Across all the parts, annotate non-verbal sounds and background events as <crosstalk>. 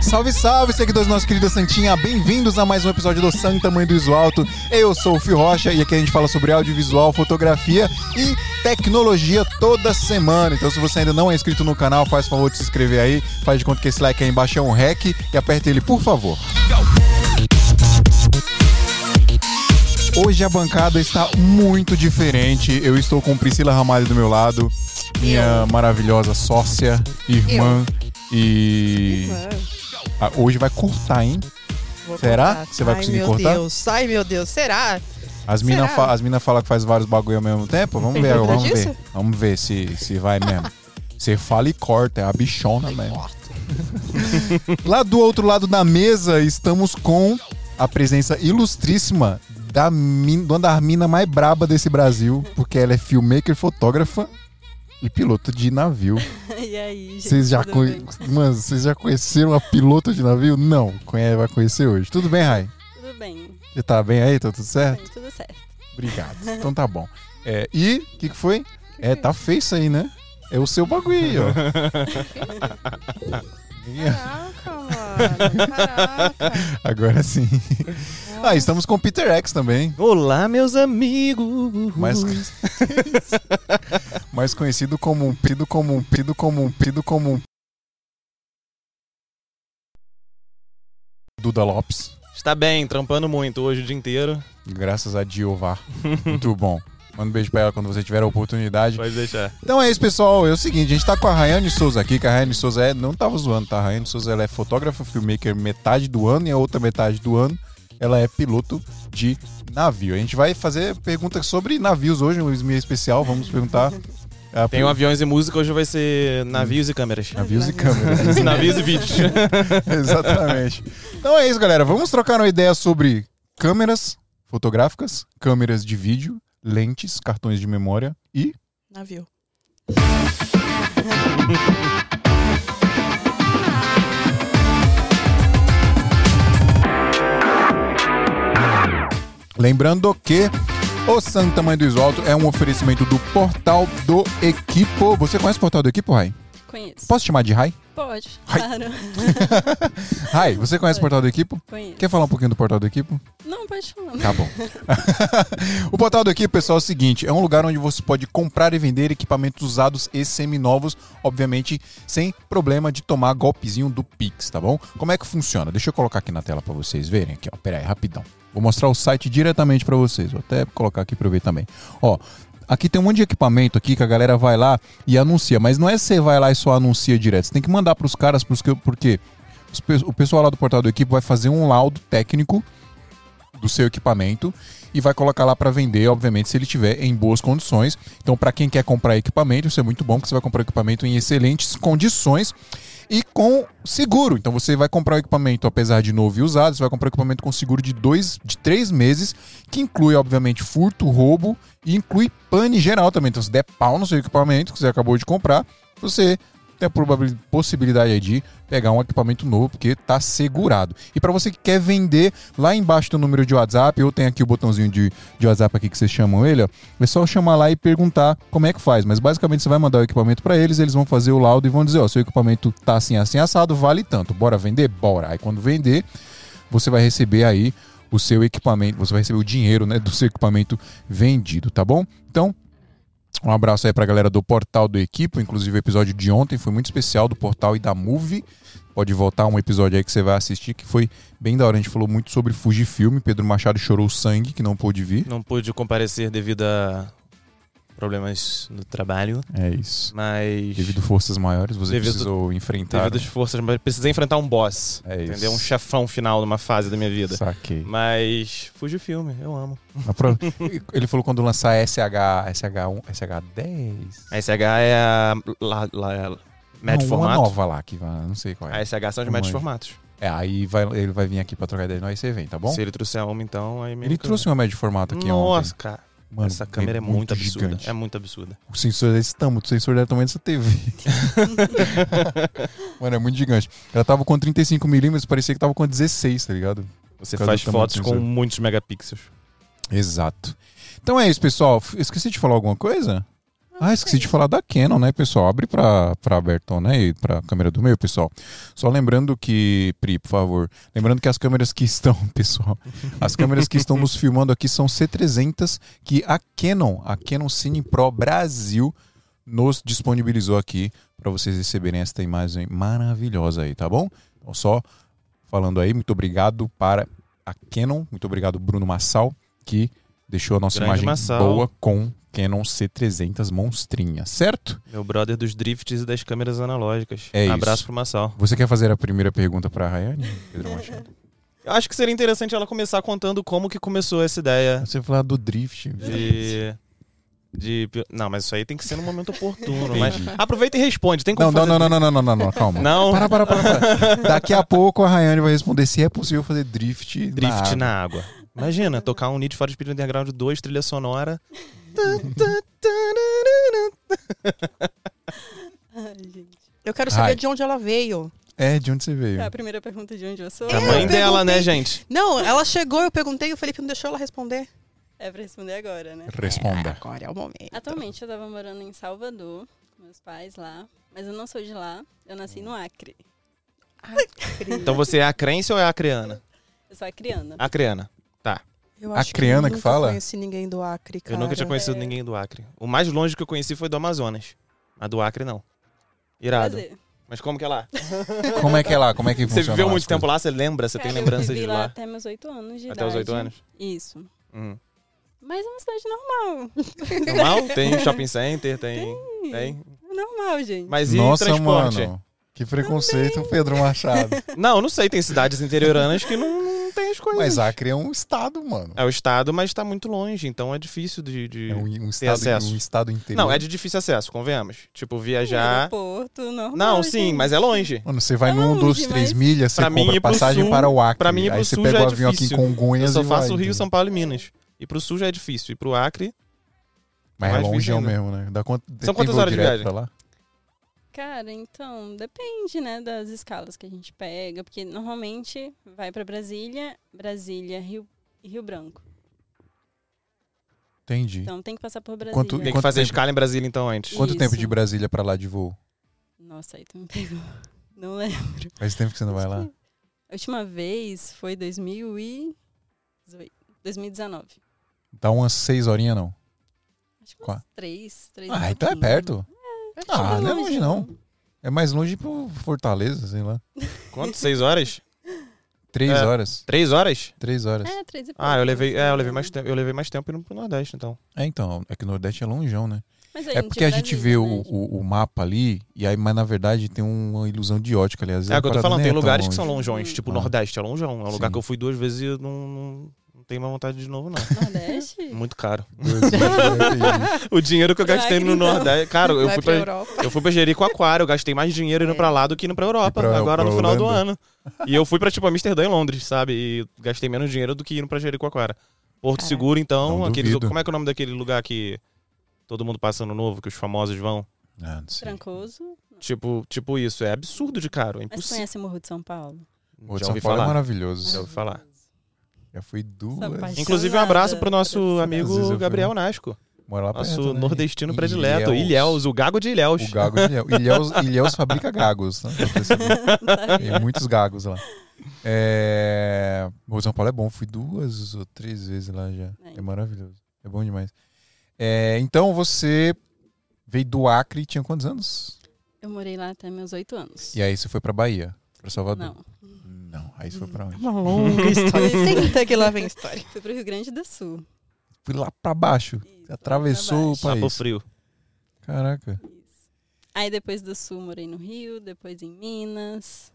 Salve, salve, seguidores do nosso querido Santinha. Bem-vindos a mais um episódio do Santa Mãe do Iso Alto. Eu sou o Fio Rocha e aqui a gente fala sobre audiovisual, fotografia e tecnologia toda semana. Então, se você ainda não é inscrito no canal, faz favor de se inscrever aí. Faz de conta que esse like aí embaixo é um hack e aperta ele, por favor. Hoje a bancada está muito diferente. Eu estou com Priscila Ramalho do meu lado, minha maravilhosa sócia, irmã e. Ah, hoje vai cortar, hein? Vou Será? cortar. Você vai Ai, conseguir meu cortar? Deus. Ai, meu Deus, será? As minas Será? fa as mina falam que faz vários bagulho ao mesmo tempo? Vamos Tem ver, dúvida vamos ver. disso? Vamos ver se, se vai mesmo. Você fala e corta, é a bichona mesmo. <laughs> Lá do outro lado da mesa, estamos com a presença ilustríssima da min- de uma das minas mais braba desse Brasil, porque ela é filmmaker, fotógrafa e piloto de <laughs> navio. E aí, gente? Vocês já, tudo conhe- bem? Mano, vocês já conheceram a piloto de navio? Não, conhe- vai conhecer hoje. Tudo bem, Rai? Tudo bem, Você tá bem aí? Tá tudo certo? bem, tudo certo. Obrigado. Então tá bom. É, e o que, que foi? é, tá feio isso aí, né? É o seu bagulho, <laughs> aí, ó. Minha- Caraca, mano. Caraca. Agora sim. Ah, estamos com o Peter X também, Olá, meus amigos! mais, <laughs> mais conhecido como um pido como um pido como um pido como um Duda Lopes, Está bem, trampando muito hoje o dia inteiro. graças a <laughs> Jeová. Muito bom. Manda um beijo pra ela quando você tiver a oportunidade. Pode deixar. Então é isso, pessoal. É o seguinte, a gente tá com a Rayane Souza aqui, que a Rayane Souza é, não tava zoando, tá? A Rayane Souza ela é fotógrafa, filmmaker metade do ano e a outra metade do ano ela é piloto de navio. A gente vai fazer perguntas sobre navios hoje, um esmeia especial, vamos perguntar. ah, Tem pro- um aviões e música, hoje vai ser navios e câmeras. Navios e câmeras. <laughs> navios e vídeos. <laughs> <laughs> Exatamente. Então é isso, galera. Vamos trocar uma ideia sobre câmeras fotográficas, câmeras de vídeo, lentes, cartões de memória e Navio. Lembrando que o Santo Tamanho do Isolto é um oferecimento do Portal do Equipo. Você conhece o Portal do Equipo, Rai? Conheço. Posso te chamar de Rai? Pode, Ai. claro. Rai, você conhece o Portal do Equipo? <laughs> Conheço. Quer falar um pouquinho do Portal do Equipo? Não, pode falar. Tá bom. <laughs> o Portal do Equipo, pessoal, é o seguinte: é um lugar onde você pode comprar e vender equipamentos usados e seminovos, obviamente, sem problema de tomar golpezinho do Pix, tá bom? Como é que funciona? Deixa eu colocar aqui na tela pra vocês verem aqui, ó. Pera aí, rapidão. Vou mostrar o site diretamente pra vocês. Vou até colocar aqui pra eu ver também. Ó, aqui tem um monte de equipamento aqui que a galera vai lá e anuncia, mas não é você vai lá e só anuncia direto. Você tem que mandar pros caras, pros que, porque os pe- o pessoal lá do Portal do Equipo vai fazer um laudo técnico do seu equipamento e vai colocar lá para vender, obviamente, se ele tiver em boas condições. Então, para quem quer comprar equipamento, isso é muito bom, porque você vai comprar equipamento em excelentes condições e com seguro. Então, você vai comprar o equipamento, apesar de novo e usado, você vai comprar o equipamento com seguro de dois, de três meses, que inclui, obviamente, furto, roubo e inclui pane geral também. Então, se der pau no seu equipamento que você acabou de comprar, você tem a probabil- possibilidade aí de pegar um equipamento novo, porque tá segurado. E para você que quer vender, lá embaixo tem o número de WhatsApp, eu tenho aqui o botãozinho de, de WhatsApp aqui que vocês chamam ele, ó. É só chamar lá e perguntar como é que faz. Mas basicamente você vai mandar o equipamento para eles, eles vão fazer o laudo e vão dizer, ó, seu equipamento tá assim, assim, assado, vale tanto. Bora vender? Bora. Aí quando vender, você vai receber aí o seu equipamento, você vai receber o dinheiro, né, do seu equipamento vendido, tá bom? Então, um abraço aí pra galera do Portal do Equipo, inclusive o episódio de ontem foi muito especial do Portal e da Move. Pode voltar um episódio aí que você vai assistir, que foi bem da hora. A gente falou muito sobre Fugir Filme, Pedro Machado chorou sangue, que não pôde vir. Não pude comparecer devido a problemas no trabalho, É isso. mas Devido forças maiores, você Devido- precisou enfrentar. né? devido às forças, mas precisei enfrentar um boss. É isso. Entendeu? Um chefão final numa fase da minha vida. Saquei. Mas fugi o filme, eu amo. Na pro- <laughs> Ele falou quando lançar SH, SH1, SH10. A SH é a. La, la, médio não, formato. Uma nova lá que vai, não sei qual é. A SH são os Não manjo. médios formatos. É, aí vai- ele vai vir aqui pra trocar ideia, nós você vem, tá bom? Se ele trouxer uma, então, aí meio Ele que- trouxe uma média de formato aqui Nossa, ontem. cara. Mano, essa câmera é muito, absurda. gigante. É muito absurda. O sensor é esse tamanho, o sensor era tamanho dessa <laughs> TV. Mano, é muito gigante. Ela tava com 35mm, parecia que tava com 16, tá ligado? Você Por causa faz do tamanho fotos do com sensor. muitos megapixels. Exato. Então é isso, pessoal. F- Esqueci de falar alguma coisa? Ah, esqueci de falar da Canon, né, pessoal? Abre pra, pra Berton, né? E pra câmera do meio, pessoal. Só lembrando que, Pri, por favor, lembrando que as câmeras que estão, <laughs> pessoal, as câmeras que estão nos filmando aqui são C300, que a Canon, a Canon Cine Pro Brasil, nos disponibilizou aqui pra vocês receberem esta imagem maravilhosa aí, tá bom? Então, só falando aí, muito obrigado para a Canon, muito obrigado, Bruno Massal, que deixou a nossa Grande imagem Massal. boa com Canon C300 monstrinha, certo? Meu brother dos drifts e das câmeras analógicas. É isso. Abraço pro Massal. Você quer fazer a primeira pergunta para a Rayane, <laughs> Pedro Machado? Eu acho que seria interessante ela começar contando como que começou essa ideia Você falar do drift. de... de... Não, mas isso aí tem que ser no momento oportuno. mas aproveita e responde. Tem Não, como não, não, fazer... não, não, não, não, não, não, calma. Não? Para, para, para, <laughs> para. Daqui a pouco a Rayane vai responder se é possível fazer drift. na... água. Drift na água. Imagina, tocar um Need for Speed Underground 2, trilha <laughs> sonora. Ai, gente. Eu quero saber Ai. de onde ela veio. É, de onde você veio? É a primeira pergunta de onde eu sou. Da mãe eu dela, né, perguntei. gente? Não, ela chegou, eu perguntei e o Felipe não deixou ela responder. É pra responder agora, né? Responda. Agora é o momento. Atualmente eu tava morando em Salvador, com meus pais lá. Mas eu não sou de lá, eu nasci no Acre. Ah, Então você é a crença ou é a acreana? Eu sou acriana. A acreana. Eu A acho Criana que eu nunca fala? conheci ninguém do Acre, cara. Eu nunca tinha conhecido É. ninguém do Acre. O mais longe que eu conheci foi do Amazonas. A do Acre, não. Irado. Prazer. Mas como que é lá? Como é que é lá? Como é que Você funciona? viveu lá muito as tempo lá? Você lembra? Você tem Cara, eu lembranças vivi de lá, lá? até meus oito anos de idade. Até os oito anos? Isso. Hum. Mas é uma cidade normal. Normal? Tem um shopping center, tem... Tem. Normal, gente. Mas coisas? e Nossa, transporte? mano. Que preconceito, Pedro Machado. <laughs> Não, não sei. Tem cidades interioranas que não, não tem as coisas. Mas Acre é um estado, mano. É o estado, mas tá muito longe, então é difícil de... de- É um, um estado, acesso. um estado inteiro. Não, é de difícil acesso, convenhamos. Tipo, viajar... Aeroporto, normal. Não, sim, é gente. mas é longe. Mano, você vai É num dos longe, três mas- milhas, você Pra mim, compra ir pro passagem sul- para o Acre. pra mim, ir Aí pro você sul pega já o é avião aqui em difícil. Eu Congonhas só e vai, faço Rio, entendeu? São Paulo e Minas. E pro sul já é difícil. E pro Acre, Mas é Mais longeão difícil mesmo, né? Dá quanto, tem quantas voo horas de direto viagem? pra lá? Cara, então, depende, né, das escalas que a gente pega, porque normalmente vai pra Brasília, Brasília, Rio e Rio Branco. Entendi. Então tem que passar por Brasília. Quanto- tem que Quanto fazer tempo? escala em Brasília então antes. Quanto tempo Isso. de Brasília pra lá de voo? Nossa, aí tu me pegou. <laughs> Não lembro. Faz tempo que você não vai lá? A última vez foi 2018, 2019. Dá umas seis horinhas, não? Acho que Qua- uns três, três e Ah, então é pouquinho. perto. Acho que um Ah, não é longe, não. né? É mais longe pro Fortaleza, sei lá. Quanto? Seis horas? Três É. horas. Três horas? Três horas. É, três e pouco. Ah, eu levei, é, eu levei mais tempo, eu levei mais tempo indo pro Nordeste, então. É, então. É que o Nordeste é longeão, né? Mas É de porque a gente Brasília, vê o, né, gente? o, o mapa ali, e aí, mas na verdade tem uma ilusão de ótica, aliás. É o que eu tô falando, tem lugares que são longeões, Hum. tipo o Ah. Nordeste é longeão. É um lugar Sim. que eu fui duas vezes e eu não, não, não tenho mais vontade de novo, não. né? Nordeste? <laughs> Muito caro. é <laughs> longe. O dinheiro que eu Milagre, gastei no então. Nordeste. Cara, eu Vai fui pra pra, Europa. eu fui pra Jericoacoara, eu gastei mais dinheiro indo É. pra lá do que indo pra Europa, E pra- agora pra no final do Holanda. ano. E eu fui pra, tipo, Amsterdã e Londres, sabe? E gastei menos dinheiro do que indo pra Jericoacoara. Porto Caraca. Seguro, então, Não aqueles, duvido. como é que é o nome daquele lugar que todo mundo passa ano novo, que os famosos vão? Ah, não sei. Trancoso. Tipo, tipo isso, é absurdo de caro, é Mas impossível. conhece o Morro de São Paulo? O de Já São ouvi Paulo é falar. maravilhoso. Já ouvi falar. Já fui duas. paixão. Inclusive, um abraço Nada. pro nosso Às vezes eu amigo fui- Gabriel Nasco, Mora lá nosso perto, né? nordestino predileto, Ilhéus, o gago de Ilhéus. O gago de Ilhéus. Ilhéus, Ilhéus fabrica gagos. Né? Eu percebi. Tem muitos gagos lá. É... O São Paulo é bom. Fui duas ou três vezes lá já. É maravilhoso. É bom demais. É, então você veio do Acre e tinha quantos anos? Eu morei lá até meus oito anos. E aí você foi pra Bahia, pra é Salvador. Não, Não. Aí você foi pra onde? Uma longa história. Senta que lá vem história. fui pro Rio Grande do Sul. Fui lá pra baixo. Isso, Atravessou o pra Papo país. frio. Caraca. baixo. Isso. Aí depois do Sul morei no Rio, depois em Minas,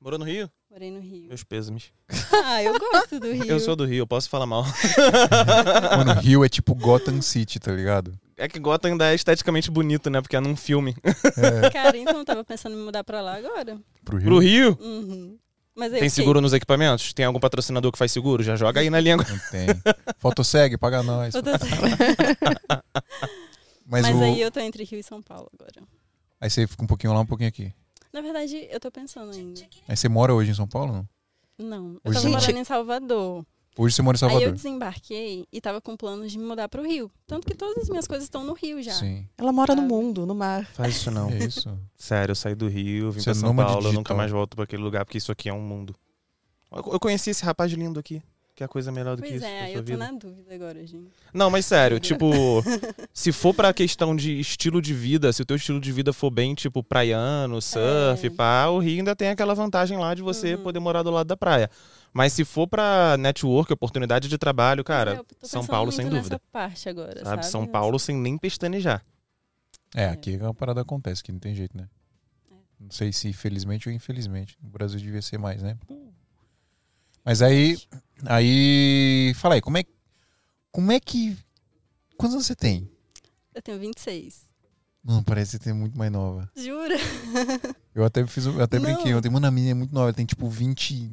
Morou no Rio? morei no Rio. <laughs> Meus pêsames. Ah, eu gosto do Rio. Eu sou do Rio, eu posso falar mal. Mano, Rio é tipo Gotham City, tá ligado? É que Gotham ainda é esteticamente bonito, né? Porque é num filme. É, Cara, então eu tava pensando em me mudar pra lá agora. pro Rio. Pro Rio? Uhum. Mas aí eu Tem fiquei- seguro nos equipamentos? Tem algum patrocinador que faz seguro? Já joga aí na língua. Não tem. Fotoseg, paga nós. Eu tô- Mas, Mas, o... aí aí, eu tô entre Rio e São Paulo agora. você fica um pouquinho lá, um pouquinho aqui. Na verdade, eu tô pensando ainda. Aí você mora hoje em São Paulo? Não? Não, eu Pois tava é. morando em Salvador. Hoje você mora em Salvador. Aí eu desembarquei e tava com planos de me mudar pro Rio. Tanto que todas as minhas coisas estão no Rio já. Sim. Ela mora no Sabe? mundo, no mar. <laughs> Faz isso não. É isso. Sério, eu saí do Rio, vim Você é pra São nômade Paulo, eu nunca digital. mais volto pra aquele lugar, porque isso aqui é um mundo. Eu eu conheci esse rapaz lindo aqui, que é a coisa melhor do que Pois isso. é, na aí sua eu tô vida. na dúvida agora, gente. Não, mas sério, tipo, se for pra questão de estilo de vida, se o teu estilo de vida for bem, tipo, praiano, surf, É. pá, o Rio ainda tem aquela vantagem lá de você Uhum. poder morar do lado da praia. Mas se for pra network, oportunidade de trabalho, Mas é, cara, eu tô São pensando Paulo muito sem dúvida. Nessa parte agora, sabe? Sabe? São Paulo sem nem pestanejar. É, aqui a parada acontece, que não tem jeito, né? É. Não sei se felizmente ou infelizmente. No Brasil devia ser mais, né? Hum. Mas aí. Aí. Fala aí, como é, como é que. Quantos anos você tem? Eu tenho 26. Mano, parece que você tem muito mais nova. Jura? Eu até fiz. Eu até Não. brinquei ontem. Mano, a minha é muito nova, ela tem tipo 20 e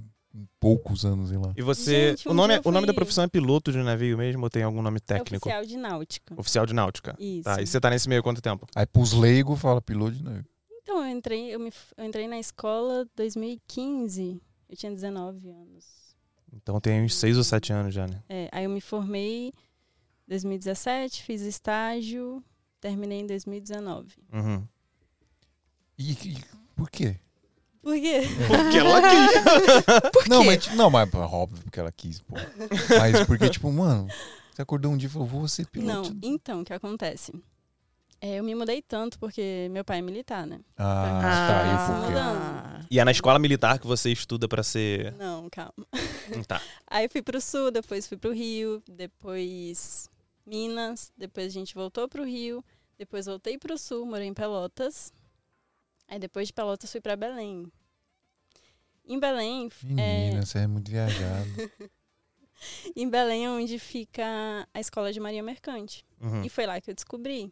poucos anos, sei lá. E você. Gente, um o nome, dia é- o nome da foi- profissão é piloto de navio mesmo ou tem algum nome <laughs> técnico? É oficial de náutica. Oficial de náutica. Isso. Tá, e você tá nesse meio há quanto tempo? Aí pros leigo fala piloto de navio. é Então, eu entrei, eu, me, f- eu entrei na escola em 2015. Eu tinha 19 anos. Então tem uns seis ou sete anos já, né? É, aí eu me formei em 2017, fiz estágio, terminei em 2019. Uhum. E, e por quê? Por quê? Porque ela <laughs> quis. Não, mas, tipo, não, mas pô, óbvio que ela quis, <laughs> pô. Mas porque, tipo, mano, você acordou um dia e falou, vou ser Não, piloto. então, o que acontece? É, eu me mudei tanto porque meu pai é militar, né? Ah, tá, Ah. eu porque. Mudando. E é na escola militar que você estuda pra ser. Não, calma. Tá. <laughs> Aí fui pro sul, depois fui pro Rio, depois Minas, depois a gente voltou pro Rio, depois voltei pro sul, morei em Pelotas. Aí depois de Pelotas fui pra Belém. Em Belém, é, Menina, você é muito viajado. em Belém é onde fica a escola de Maria Mercante. Uhum. E foi lá que eu descobri.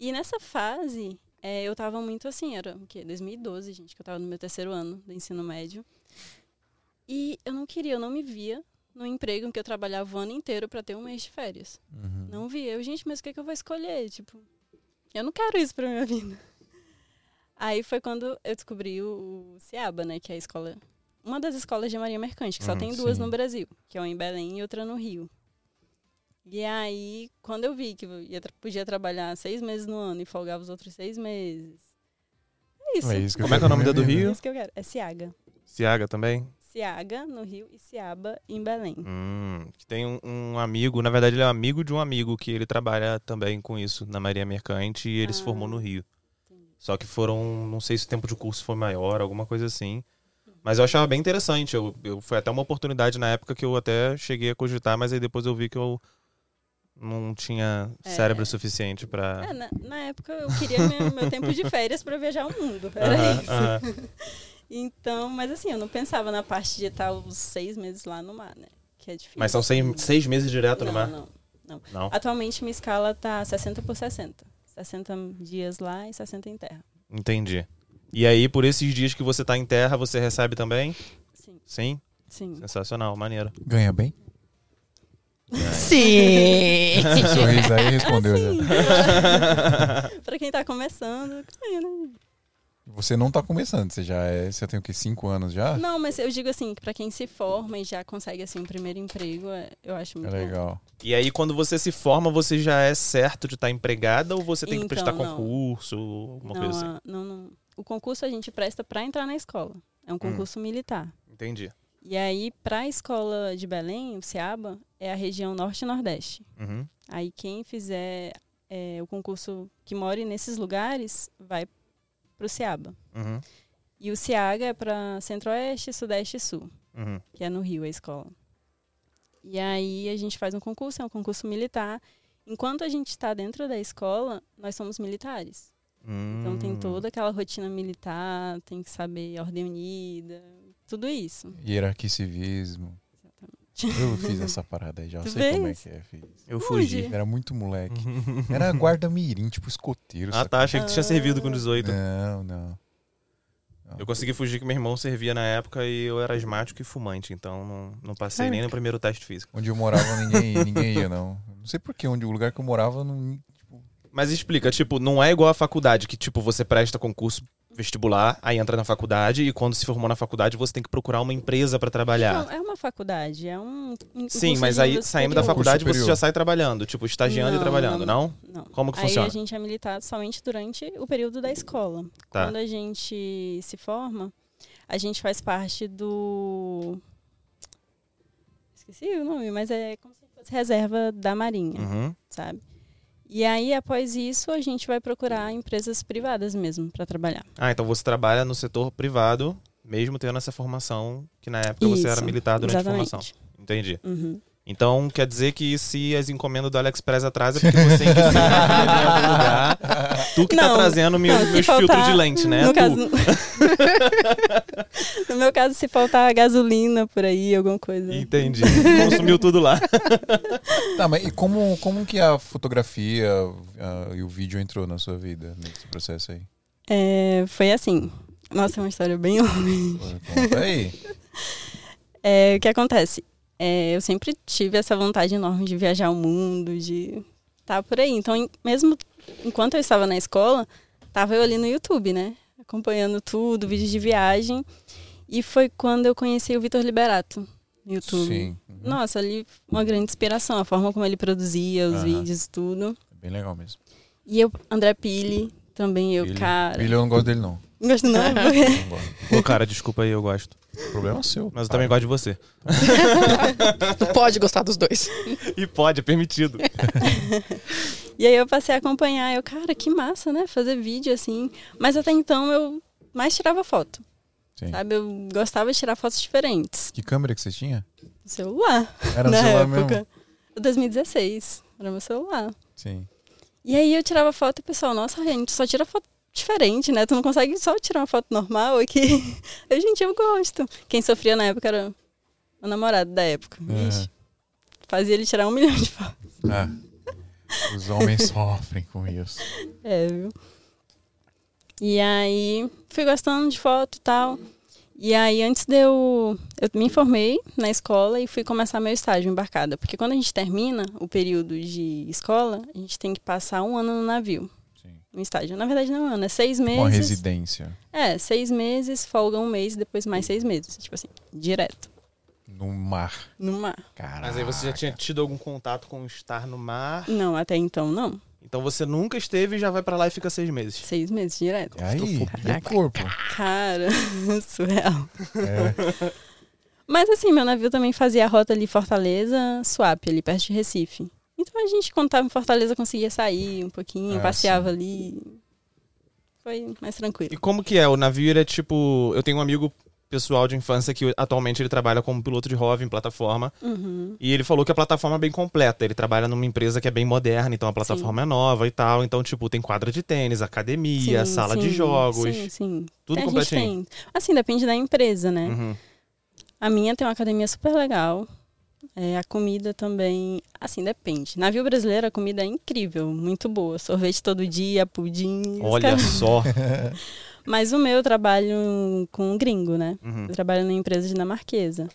E nessa fase, é, eu tava muito assim, era o quê? 2012, gente, que eu tava no meu terceiro ano do ensino médio. E eu não queria, eu não me via no emprego em que eu trabalhava o ano inteiro para ter um mês de férias. Uhum. Não via. Eu, gente, mas o que, que eu vou escolher? Tipo, eu não quero isso pra minha vida. Aí foi quando eu descobri o, o CEABA, né? Que é a escola. Uma das escolas de Maria Mercante, que só Hum, tem duas sim. no Brasil, que é uma em Belém e outra no Rio. E aí, quando eu vi que eu ia tra- podia trabalhar seis meses no ano e folgava os outros seis meses. É isso. É isso que eu Como é que é o nome da do quero, né, Rio? isso que eu quero. É Ciaga. Ciaga também? Ciaga, no Rio, e Ciaba, em Belém. Hum, que tem um, um amigo, na verdade ele é um amigo de um amigo que ele trabalha também com isso na Maria Mercante e ele se Ah, formou no Rio. Só que foram, não sei se o tempo de curso foi maior, alguma coisa assim. Mas eu achava bem interessante. Eu, eu- foi até uma oportunidade na época que eu até cheguei a cogitar, mas aí depois eu vi que eu não tinha É. cérebro suficiente pra. É, na, na época eu queria meu, meu tempo de férias para viajar o mundo. Era Aham, isso. aham. Então, mas assim, eu não pensava na parte de estar os seis meses lá no mar, né? Que é difícil. Mas são seis, seis meses direto não, no mar? Não. Não. Atualmente minha escala tá 60 por 60. 60 dias lá e 60 em terra. Entendi. E aí, por esses dias que você tá em terra, você recebe também? Sim, Sim? sim. Sensacional, maneiro. Ganha bem? <laughs> Sim! Esse <laughs> sorriso aí respondeu já. Assim. Pra quem tá começando, é, né? Você não tá começando, você já é. Você tem o quê? Cinco anos já? Não, mas eu digo assim, que pra quem se forma e já consegue assim um primeiro emprego, é- eu acho É muito bom. legal. E aí, quando você se forma, você já é certo de estar empregada ou você tem que Então, prestar não. concurso, alguma não, coisa assim? a- não, não. O concurso a gente presta pra entrar na escola. É Hum. um concurso militar. Entendi. E aí, para a escola de Belém, o Ceaba, é a região norte e nordeste. Uhum. Aí, quem fizer é, o concurso que more nesses lugares, vai para o Ceaba. Uhum. E o Ciaga é para centro-oeste, sudeste e sul, Uhum. que é no Rio a escola. E aí, a gente faz um concurso, é um concurso militar. Enquanto a gente está dentro da escola, nós somos militares. Então, tem Hum. toda aquela rotina militar, tem que saber ordem unida, tudo isso. Hierarquicivismo. Eu fiz essa parada aí, já Tu sei como é fez? que é, fiz. Eu fugi. Era muito <laughs> moleque. Era guarda mirim, tipo escoteiro. Ah, sabe? tá. Achei que tu tinha servido com 18. Não, não. Eu consegui fugir que meu irmão servia na época e eu era asmático e fumante, então não, não passei nem no primeiro teste físico. Onde eu morava, ninguém, ninguém ia, não. Não sei porquê, onde o lugar que eu morava, não. Mas explica, tipo, não é igual à faculdade, que tipo, você presta concurso vestibular, aí entra na faculdade, e quando se formou na faculdade, você tem que procurar uma empresa pra trabalhar. Não, é uma faculdade, é um. um Sim, curso mas de aí nível saindo da superior. faculdade Curso você superior. já sai trabalhando, tipo, estagiando e Não, trabalhando, não? Não. Como que aí funciona? a gente é militar somente durante o período da escola. Tá. Quando a gente se forma, a gente faz parte do. Esqueci o nome, mas é como se fosse reserva da Marinha, Uhum. sabe? E aí, após isso, a gente vai procurar empresas privadas mesmo para trabalhar. Ah, então você trabalha no setor privado, mesmo tendo essa formação, que na época você era Isso, militar Ah, durante Exatamente. a formação. Entendi. Uhum. Então quer dizer que se as encomendas do AliExpress atrasam, é porque você que se inscreve em algum lugar. Tu que tá Não, trazendo meus, não, se meus filtros faltar- de lente, né? No, <laughs> Tu. caso... no meu caso, se faltar gasolina por aí, alguma coisa. Entendi. Consumiu tudo lá. Tá, mas e como, como que a fotografia ah, e o vídeo entrou na sua vida nesse processo aí? É, foi assim. Nossa, é uma história bem longa. Conta aí. <laughs> É, o que acontece? É, eu sempre tive essa vontade enorme de viajar o mundo, de estar por aí. Então, em- mesmo enquanto eu estava na escola, estava eu ali no YouTube, né? Acompanhando tudo, vídeos de viagem. E foi quando eu conheci o Vitor Liberato no YouTube. Sim. Uhum. Nossa, ali uma grande inspiração, a forma como ele produzia os Aham. vídeos, tudo. É Bem legal mesmo. E eu, André Pili, também eu, Pili. cara. Ele eu não gosto dele, não. Não gosto não, porque Não gosto. Pô, cara, desculpa aí, eu gosto. O problema é seu. Mas eu também gosto de você. Tu pode gostar dos dois. E pode, é permitido. E aí eu passei a acompanhar, eu, cara, que massa, né? Fazer vídeo assim. Mas até então eu mais tirava foto, Sim. sabe? Eu gostava de tirar fotos diferentes. Que câmera que você tinha? Do celular, Era no na celular época. mesmo? O 2016, era meu celular. Sim. E aí eu tirava foto e o pessoal, nossa, gente, só tira foto diferente, né? Tu não consegue só tirar uma foto normal aqui. <laughs> Eu, gente, eu gosto. Quem sofria na época era o namorado da época. É. Vixe. Fazia ele tirar um milhão de fotos. Ah, os homens <laughs> sofrem com isso. É, viu? E aí, fui gostando de foto e tal. E aí, antes de eu. Eu me informei na escola e fui começar meu estágio embarcada. Porque quando a gente termina o período de escola, a gente tem que passar um ano no navio. Sim. Um estágio. Na verdade, não é um ano, é seis meses. Uma residência É, seis meses, folga um mês, depois mais seis meses. Tipo assim, direto. no mar. No mar. Caraca. Mas aí você já tinha tido algum contato com estar no mar. Não, até então não. Então você nunca esteve e já vai pra lá e fica seis meses. Seis meses direto. E aí, e o Caraca. corpo? Cara, <laughs> surreal. É. Mas assim, meu navio também fazia a rota ali Fortaleza, Suape, ali perto de Recife. Então a gente, quando tava em Fortaleza, conseguia sair um pouquinho, Ah, passeava ali. Foi mais tranquilo. E como que é? O navio ele é tipo. Eu tenho um amigo pessoal de infância que atualmente ele trabalha como piloto de hover em plataforma. Uhum. E ele falou que a plataforma é bem completa. Ele trabalha numa empresa que é bem moderna, então a plataforma é nova e tal. Então, tipo, tem quadra de tênis, academia, Sim, sala sim, de jogos. Sim, sim. Tudo Tem- a gente completinho. tem. Assim, depende da empresa, né? Uhum. A minha tem uma academia super legal. É, a comida também, assim, depende. Navio brasileiro, a comida é incrível, muito boa. Sorvete todo dia, pudim. os Olha caras- só. Mas o meu eu trabalho com um gringo, né? Uhum. Eu trabalho numa empresa dinamarquesa.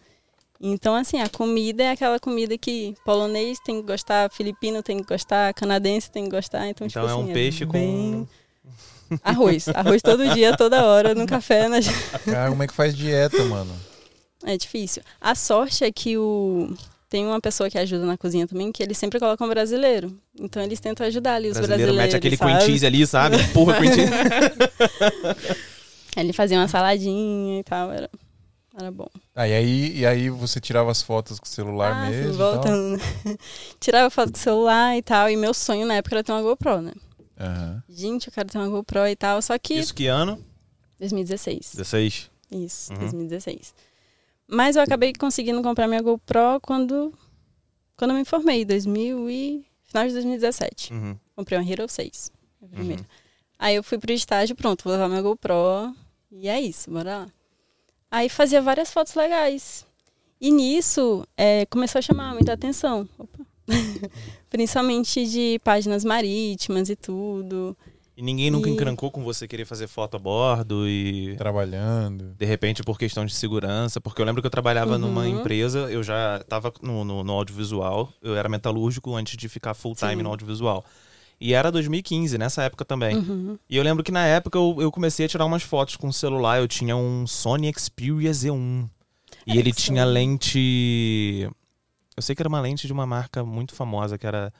Então, assim, a comida é aquela comida que polonês tem que gostar, filipino tem que gostar, canadense tem que gostar. Então Então, tipo é um assim, peixe bem- com. um- <laughs> Arroz. Arroz todo dia, toda hora, no café. Na... Cara, como é que faz dieta, mano? É difícil. A sorte é que o... tem uma pessoa que ajuda na cozinha também, que eles sempre colocam brasileiro. Então eles tentam ajudar ali <laughs> os brasileiro brasileiros. mete aquele sabe? cream cheese ali, sabe? <laughs> Porra, cream cheese. Aí Ele fazia uma saladinha e tal. Era, era bom. Ah, e aí, e aí você tirava as fotos com o celular Ah, sim, mesmo? e tal? voltando. né? <laughs> Tirava foto com o celular e tal. E meu sonho na época era ter uma GoPro, né? Aham. Gente, eu quero ter uma GoPro e tal. Só que. Isso que ano? 2016. 16. Isso, Uhum. 2016. Mas eu acabei conseguindo comprar minha GoPro quando. Quando eu me formei, 2000 e. Final de 2017. Uhum. Comprei uma Hero 6. a primeira. Aí eu fui pro estágio, pronto, vou levar minha GoPro. E é isso, bora lá. Aí fazia várias fotos legais. E nisso é, começou a chamar muita atenção. Opa. <laughs> Principalmente de páginas marítimas e tudo. E ninguém nunca E- encrancou com você querer fazer foto a bordo e. Trabalhando. De repente, por questão de segurança, porque eu lembro que eu trabalhava Uhum. numa empresa, eu já estava no, no, no audiovisual, eu era metalúrgico antes de ficar full time Sim. no audiovisual. E era 2015, nessa época também. Uhum. E eu lembro que na época eu, eu comecei a tirar umas fotos com o celular. Eu tinha um Sony Xperia Z1. E ele Excellent. tinha lente. Eu sei que era uma lente de uma marca muito famosa, que era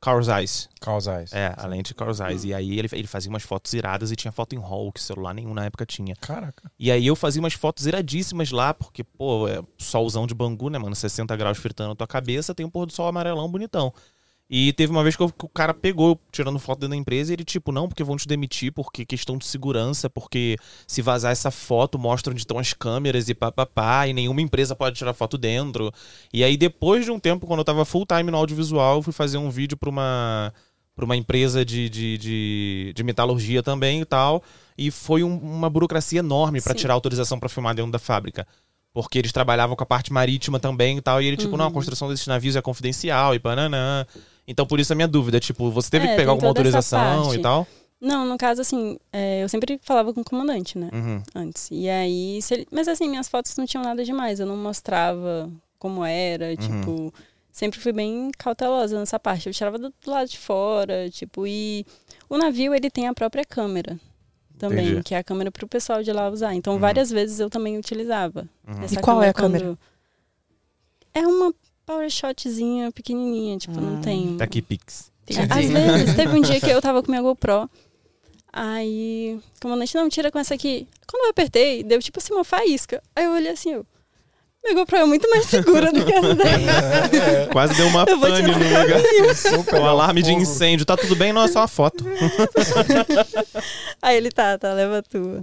Carl Zeiss. Causais. É, a lente Carl Hum. Zeiss. E aí ele, ele fazia umas fotos iradas e tinha foto em RAW, que celular nenhum na época tinha. <laughs> Caraca. E aí eu fazia umas fotos iradíssimas lá, porque, pô, é solzão de Bangu, né, mano? 60 graus fritando a tua cabeça, tem um pôr do sol amarelão bonitão. E teve uma vez que, eu- que o cara pegou, eu tirando foto dentro da empresa, e ele, tipo, não, porque vão te demitir, porque questão de segurança, porque se vazar essa foto, mostra onde estão as câmeras e papapá, e nenhuma empresa pode tirar foto dentro. E aí, depois de um tempo, quando eu tava full time no audiovisual, eu fui fazer um vídeo pra uma, pra uma empresa de, de, de, de metalurgia também e tal. E foi um- uma burocracia enorme pra Sim. tirar autorização pra filmar dentro da fábrica. Porque eles trabalhavam com a parte marítima também e tal. E ele, tipo, Uhum. não, a construção desses navios é confidencial e pananã. Então, por isso a minha dúvida, tipo, você teve É, que tem pegar alguma toda essa autorização parte. e tal? Não, no caso, assim, é, eu sempre falava com o comandante, né? Uhum. Antes. E aí. se ele- Mas assim, minhas fotos não tinham nada demais. Eu não mostrava como Uhum. era, tipo. Sempre fui bem cautelosa nessa parte. Eu tirava do do lado de fora, tipo, e o navio ele tem a própria câmera também, Entendi. que é a câmera pro pessoal de lá usar. Então, Uhum. várias vezes eu também utilizava. Uhum. Essa E qual é a quando- câmera? É uma power shotzinha pequenininha, tipo, não Ah. tem. Tá aqui, <laughs> Pix. Às Entendi. vezes, teve um dia que eu tava com minha GoPro. Aí, o comandante, não, tira com essa aqui. Quando eu apertei, deu tipo assim uma faísca. Aí eu olhei assim, eu. Minha GoPro é muito mais segura do que essa daí. Quase deu uma Eu vou pane no tirar lugar. Super, <laughs> O Um alarme de fogo. incêndio. Tá tudo bem? Não, é só uma foto. <laughs> Aí ele, tá, tá, leva a tua.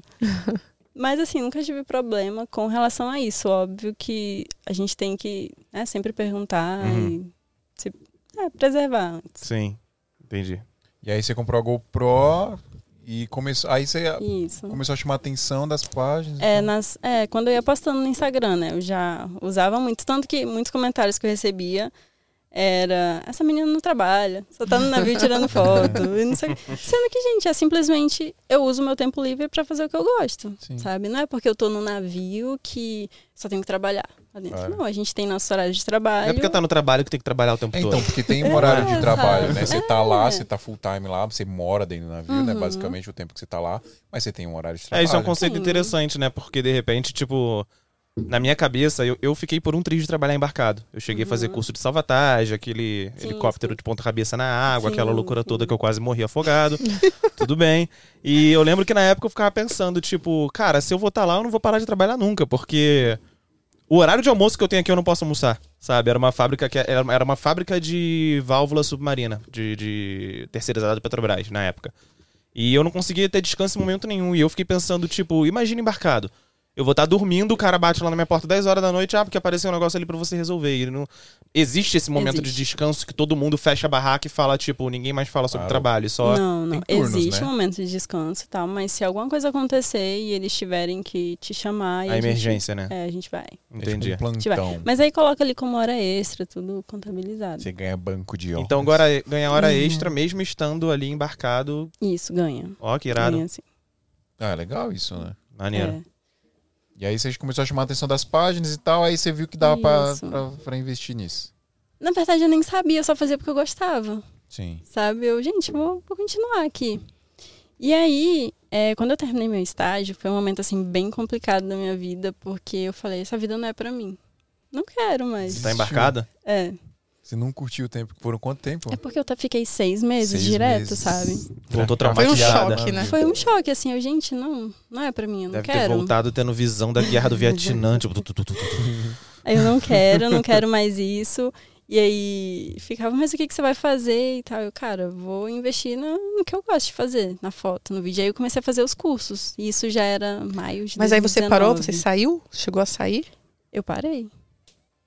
Mas assim, nunca tive problema com relação a isso. Óbvio que a gente tem que né, sempre perguntar Uhum. e se, é, preservar antes. Sim, entendi. E aí você comprou a GoPro e começou. Aí você Isso. né? começou a chamar a atenção das páginas. É, nas, é, quando eu ia postando no Instagram, né? Eu já usava muito. Tanto que muitos comentários que eu recebia era essa menina não trabalha, só tá no navio tirando foto. e não sei o quê. Sendo que, gente, é simplesmente eu uso o meu tempo livre pra fazer o que eu gosto. Sim. Sabe? Não é porque eu tô no navio que só tenho que trabalhar lá dentro. Claro. Não, a gente tem nosso horário de Não é trabalho. porque tá no trabalho que tem que trabalhar o tempo É, todo. Então, porque tem um horário de É, trabalho, sabe? né? Você tá lá, É. você tá full time lá, você mora dentro do navio, né? Uhum. Basicamente o tempo que você tá lá, mas você tem um horário de É, trabalho. isso é um conceito Sim. interessante, né? Porque de repente, tipo, na minha cabeça, eu, eu fiquei por um triz de trabalhar embarcado. Eu cheguei a fazer curso de salvatagem, aquele Uhum. Sim, helicóptero sim. de ponta-cabeça na água, Sim, aquela loucura sim. toda que eu quase morri <laughs> afogado. Tudo bem. E eu lembro que na época eu ficava pensando, tipo, cara, se eu vou estar lá, eu não vou parar de trabalhar nunca, porque o horário de almoço que eu tenho aqui eu não posso almoçar, sabe? Era uma fábrica que era era uma fábrica de válvula submarina, de, de terceirizada do Petrobras na época. E eu não conseguia ter descanso em momento nenhum. E eu fiquei pensando, tipo, imagina embarcado. Eu vou estar dormindo, o cara bate lá na minha porta 10 horas da noite, ah, porque apareceu um negócio ali pra você resolver. E não... Existe esse momento de Existe. descanso que todo mundo fecha a barraca e fala, tipo, ninguém mais fala sobre Claro. trabalho, só Não, não. tem turnos, Existe né? um momento de descanso e tal, mas se alguma coisa acontecer e eles tiverem que te chamar. e a emergência, né? Gente, é, a gente vai. É tipo Entendi. um plantão. Mas aí coloca ali como hora extra, tudo contabilizado. Você ganha banco de horas. Então agora ganha hora extra mesmo estando ali embarcado. Isso, ganha. Ó, que irado. Ganha, assim. Ah, legal isso, né? Maneiro. É. E aí você começou a chamar a atenção das páginas e tal, aí você viu que dava pra, Isso. pra, pra investir nisso. Na verdade, eu nem sabia, eu só fazia porque eu gostava, Sim. sabe? Eu, gente, vou, vou continuar aqui. E aí, é, quando eu terminei meu estágio, foi um momento, assim, bem complicado da minha vida, porque eu falei, essa vida não é pra mim. Não quero Você mais. tá embarcada? É, Você não curtiu o tempo. Foram quanto tempo? é porque eu ta- fiquei seis meses Seis direto, meses. sabe? Voltou Foi um traumatizada. choque, né? Foi um choque, assim, eu, gente, não, não é pra mim, eu não Deve ter quero. voltado tendo visão da guerra do Vietnã. tipo, tu, tu, tu, tu, tu. Aí <laughs> eu não quero, não quero mais isso. E aí ficava, mas o que, que você vai fazer e tal? Eu, cara, vou investir no, no que eu gosto de fazer, na foto, no vídeo. Aí eu comecei a fazer os cursos. E isso já era maio de Mas aí você parou, 2019. você saiu? Chegou a sair? Eu parei.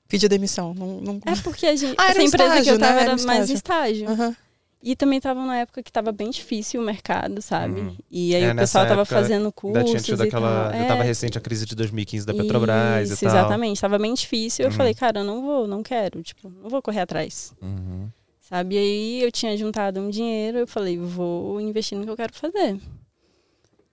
Pediu demissão. Não, não... É porque a gente, Ah, era essa um empresa que estágio, eu tava né? Era era, um mais estágio. estágio. Aham. E também tava numa época que tava bem difícil o mercado, sabe? Uhum. E aí É, o nessa pessoal tava época fazendo Ainda tinha cursos tido e tal. aquela. Eu tava É, recente a crise de 2015 da Petrobras Isso, e tal. exatamente. Tava bem difícil. Eu Uhum. falei, cara, eu não vou, não quero. Tipo, não vou correr atrás. Uhum. Sabe? E aí eu tinha juntado um dinheiro, eu falei, vou investir no que eu quero fazer.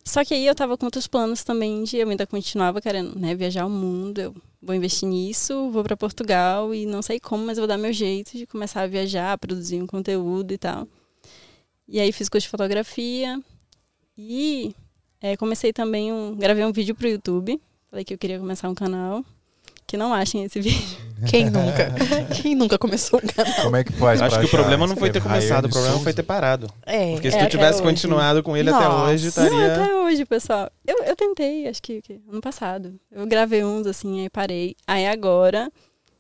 Só que aí eu tava com outros planos também de eu ainda continuava querendo, né, viajar o mundo. Eu vou investir nisso, vou para Portugal e não sei como, mas vou dar meu jeito de começar a viajar, produzir um conteúdo e tal. E aí fiz curso de fotografia. E é, comecei também um. Gravei um vídeo pro YouTube. Falei que eu queria começar um canal. Que não achem esse <laughs> vídeo. Quem nunca? Quem nunca começou um canal? Como é que faz Acho pra que o achar problema não foi ter Rayane começado, o problema Souza? foi ter parado. É. Porque se É, tu até tivesse hoje. continuado com ele até Nossa. hoje, Não, é estaria. até hoje, pessoal. Eu, eu tentei, acho que, que ano passado. Eu gravei uns assim, aí parei. Aí agora,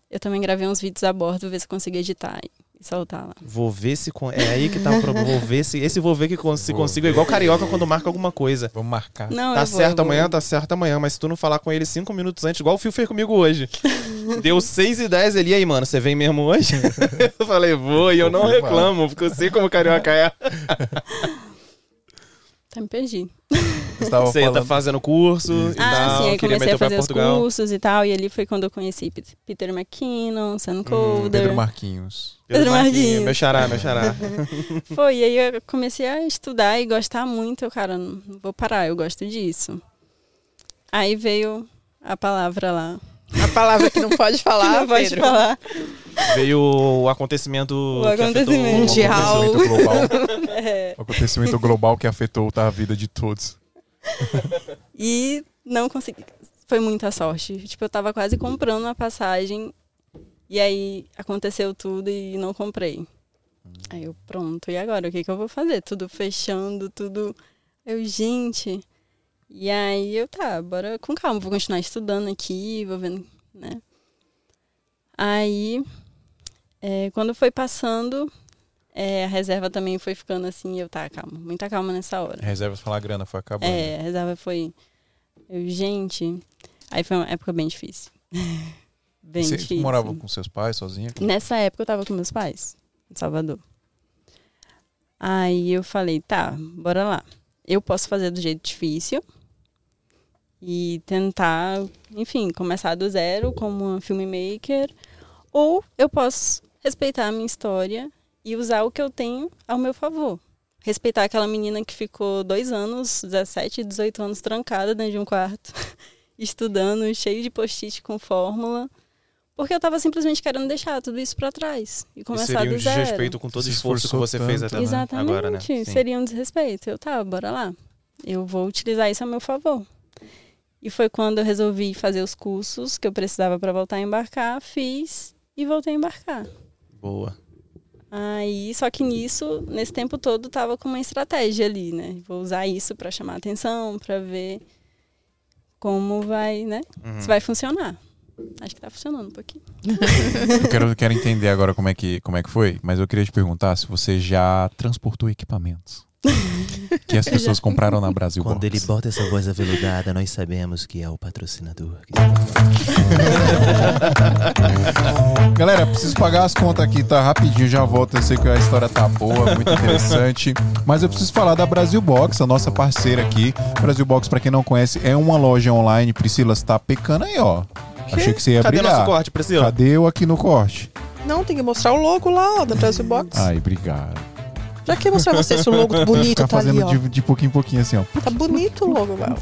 eu também gravei uns vídeos a bordo, ver se eu consigo editar e soltar lá. Vou ver se. con- É aí que tá o problema. Vou ver se. Esse vou ver que con- se Vou consigo. É igual carioca quando marca alguma coisa. Vamos marcar. Não, Tá eu vou, eu certo vou. amanhã, tá certo amanhã, mas se tu não falar com ele cinco minutos antes, igual o Fio fez comigo <laughs> hoje. Deu seis e dez ali, aí, mano, você vem mesmo hoje? <laughs> eu falei, vou, e eu não Confirmado. reclamo, porque eu sei como carioca é. Tá, me perdi. Você tava Você tá falando... Hum. fazendo curso e Ah, tal, sim, aí queria comecei meter a pra fazer os Portugal. cursos e tal. E ali foi quando eu conheci Pit- Peter McKinnon, Hum, Sam Colder. Pedro Marquinhos. Pedro Marquinhos. Meu xará, meu xará. Foi, e aí eu comecei a estudar e gostar muito. Eu, cara, não não vou parar, eu gosto disso. Aí veio a palavra lá. A palavra que não pode falar, não pode Pedro. falar. Veio o acontecimento. O que afetou acontecimento. Um o- Mundial. acontecimento global. <laughs> É. Um acontecimento global que afetou tá, a vida de todos. E não consegui. Foi muita sorte. Tipo, eu tava quase comprando uma passagem. E aí aconteceu tudo e não comprei. Aí eu, pronto, e agora? O que, que eu vou fazer? Tudo fechando, tudo. Eu, gente. E aí eu, tá, bora com calma, vou continuar estudando aqui, vou vendo, né? Aí, é, quando foi passando, é, a reserva também foi ficando assim, eu, tá, calma, muita calma nessa hora. Reservas falar grana, foi acabando. É, a reserva foi. Eu, gente. Aí foi uma época bem difícil. <laughs> bem Você difícil. morava com seus pais sozinha? Nessa época eu tava com meus pais, em Salvador. Aí eu falei, tá, bora lá. Eu posso fazer do jeito difícil e tentar, enfim, começar do zero como uma filmmaker. Ou eu posso respeitar a minha história e usar o que eu tenho ao meu favor. Respeitar aquela menina que ficou dois anos, 17, 18 anos, trancada dentro de um quarto, <laughs> estudando, cheio de post-it com fórmula. Porque eu tava simplesmente querendo deixar tudo isso pra trás e é Isso começar seria um do zero. desrespeito com todo o Se esforço que esforçou você fez tanto, até né? Exatamente. agora, né? Sim. Seria um desrespeito. Eu, tá, bora lá. Eu vou utilizar isso a meu favor. E foi quando eu resolvi fazer os cursos que eu precisava para voltar a embarcar, fiz e voltei a embarcar. Boa. Aí, só que nisso, nesse tempo todo, tava com uma estratégia ali, né? Vou usar isso para chamar atenção, para ver como vai, né? Uhum. Se vai funcionar. Acho que tá funcionando um pouquinho. Eu quero, quero entender agora como é, que, como é que foi, mas eu queria te perguntar se você já transportou <laughs> equipamentos que as pessoas compraram na Brasil Quando Box. ele bota essa voz aveludada, nós sabemos que é o patrocinador. Galera, preciso pagar as contas aqui, tá? Rapidinho, já volto. Eu sei que a história tá boa, muito interessante. <laughs> Mas eu preciso falar da Brasil Box, a nossa parceira aqui. Brasil Box, pra quem não conhece, é uma loja online. Priscila, você tá pecando aí, ó. Achei que você ia Cadê brilhar. nosso corte, Priscila? Cadê eu aqui no corte? Não, tem que mostrar o logo lá, ó, da Brasil Box. Ai, obrigado. Pra que mostrar você <laughs> esse logo bonito Ficar tá ali, fazendo ó? de, É de pouquinho em pouquinho assim, ó. Tá bonito o logo <laughs> lá.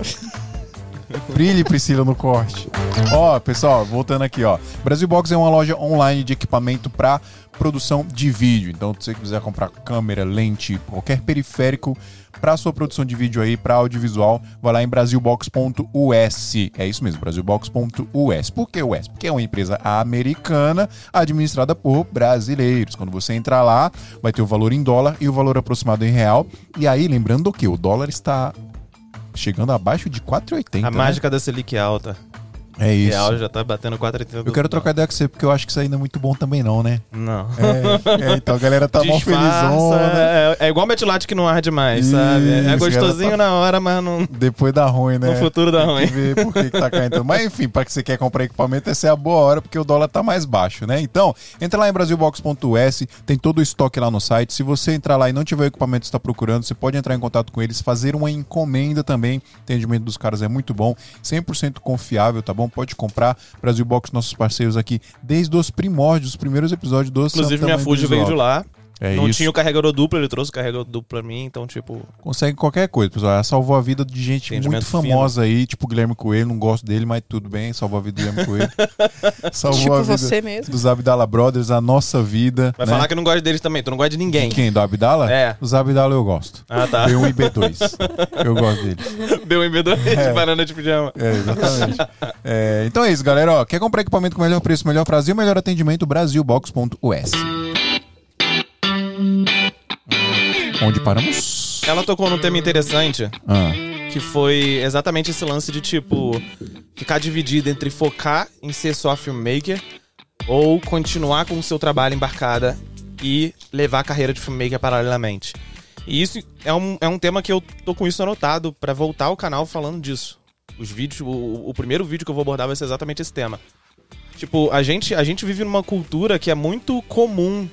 Brilhe, Priscila, no corte. Ó, pessoal, voltando aqui, ó. Brasil Box é uma loja online de equipamento para produção de vídeo. Então, se você quiser comprar câmera, lente, qualquer periférico para sua produção de vídeo aí, para audiovisual, vai lá em brasilbox.us. É isso mesmo, brasilbox.us. Por que US? Porque é uma empresa americana administrada por brasileiros. Quando você entrar lá, vai ter o valor em dólar e o valor aproximado em real. E aí, lembrando que o dólar está chegando abaixo de 4,80. A né? mágica da Selic alta. É isso. Real já tá batendo 4,80. Eu quero trocar ideia com você, porque eu acho que isso ainda é muito bom também, não, né? Não. É, é, então a galera tá mó Disfarça, felizona. é- É, igual Metilate que não arde mais, sabe? É Isso, gostosinho galera, na hora, mas não- Depois dá ruim, né? no futuro dá Tem ruim. que ver por que, que tá caindo. tanto. Mas enfim, para que você quer comprar equipamento, essa é a boa hora, porque o dólar tá mais baixo, né? Então, entra lá em brasilbox.us, tem todo o estoque lá no site. Se você entrar lá e não tiver o equipamento que está procurando, você pode entrar em contato com eles, fazer uma encomenda também. O atendimento dos caras é muito bom, 100% confiável, tá bom? Pode comprar. Brasil Box, nossos parceiros aqui, desde os primórdios, os primeiros episódios do Inclusive, Santa minha Mãe Fuji tá Visual. veio de lá. É não isso. tinha o carregador duplo, ele trouxe o carregador duplo pra mim, então, tipo, Consegue qualquer coisa, pessoal. Ela salvou a vida de gente Atendimento muito famosa aí, tipo Guilherme Coelho. Não gosto dele, mas tudo bem. Salvou a vida do Guilherme Coelho. <laughs> salvou Tipo a vida você mesmo. dos Abdala Brothers, a nossa vida. vai né? falar que não gosta deles também, tu não gosta de ninguém. Quem? Do Abdala? É. Dos Abdala eu gosto. Ah, tá. B1 e <laughs> B2. Eu gosto dele. Deu um B2 de banana de pijama. É, exatamente. É, então é isso, galera. Ó, quer comprar equipamento com melhor preço, melhor Brasil, melhor atendimento, brasilbox.us. Onde paramos? Ela tocou num tema interessante, Ah, que foi exatamente esse lance de, tipo, ficar dividido entre focar em ser só filmmaker ou continuar com o seu trabalho embarcada e levar a carreira de filmmaker paralelamente. E isso é um, é um tema que eu tô com isso anotado pra voltar ao canal falando disso. Os vídeos, o, o primeiro vídeo que eu vou abordar vai ser exatamente esse tema. Tipo, a gente, a gente vive numa cultura que é muito comum.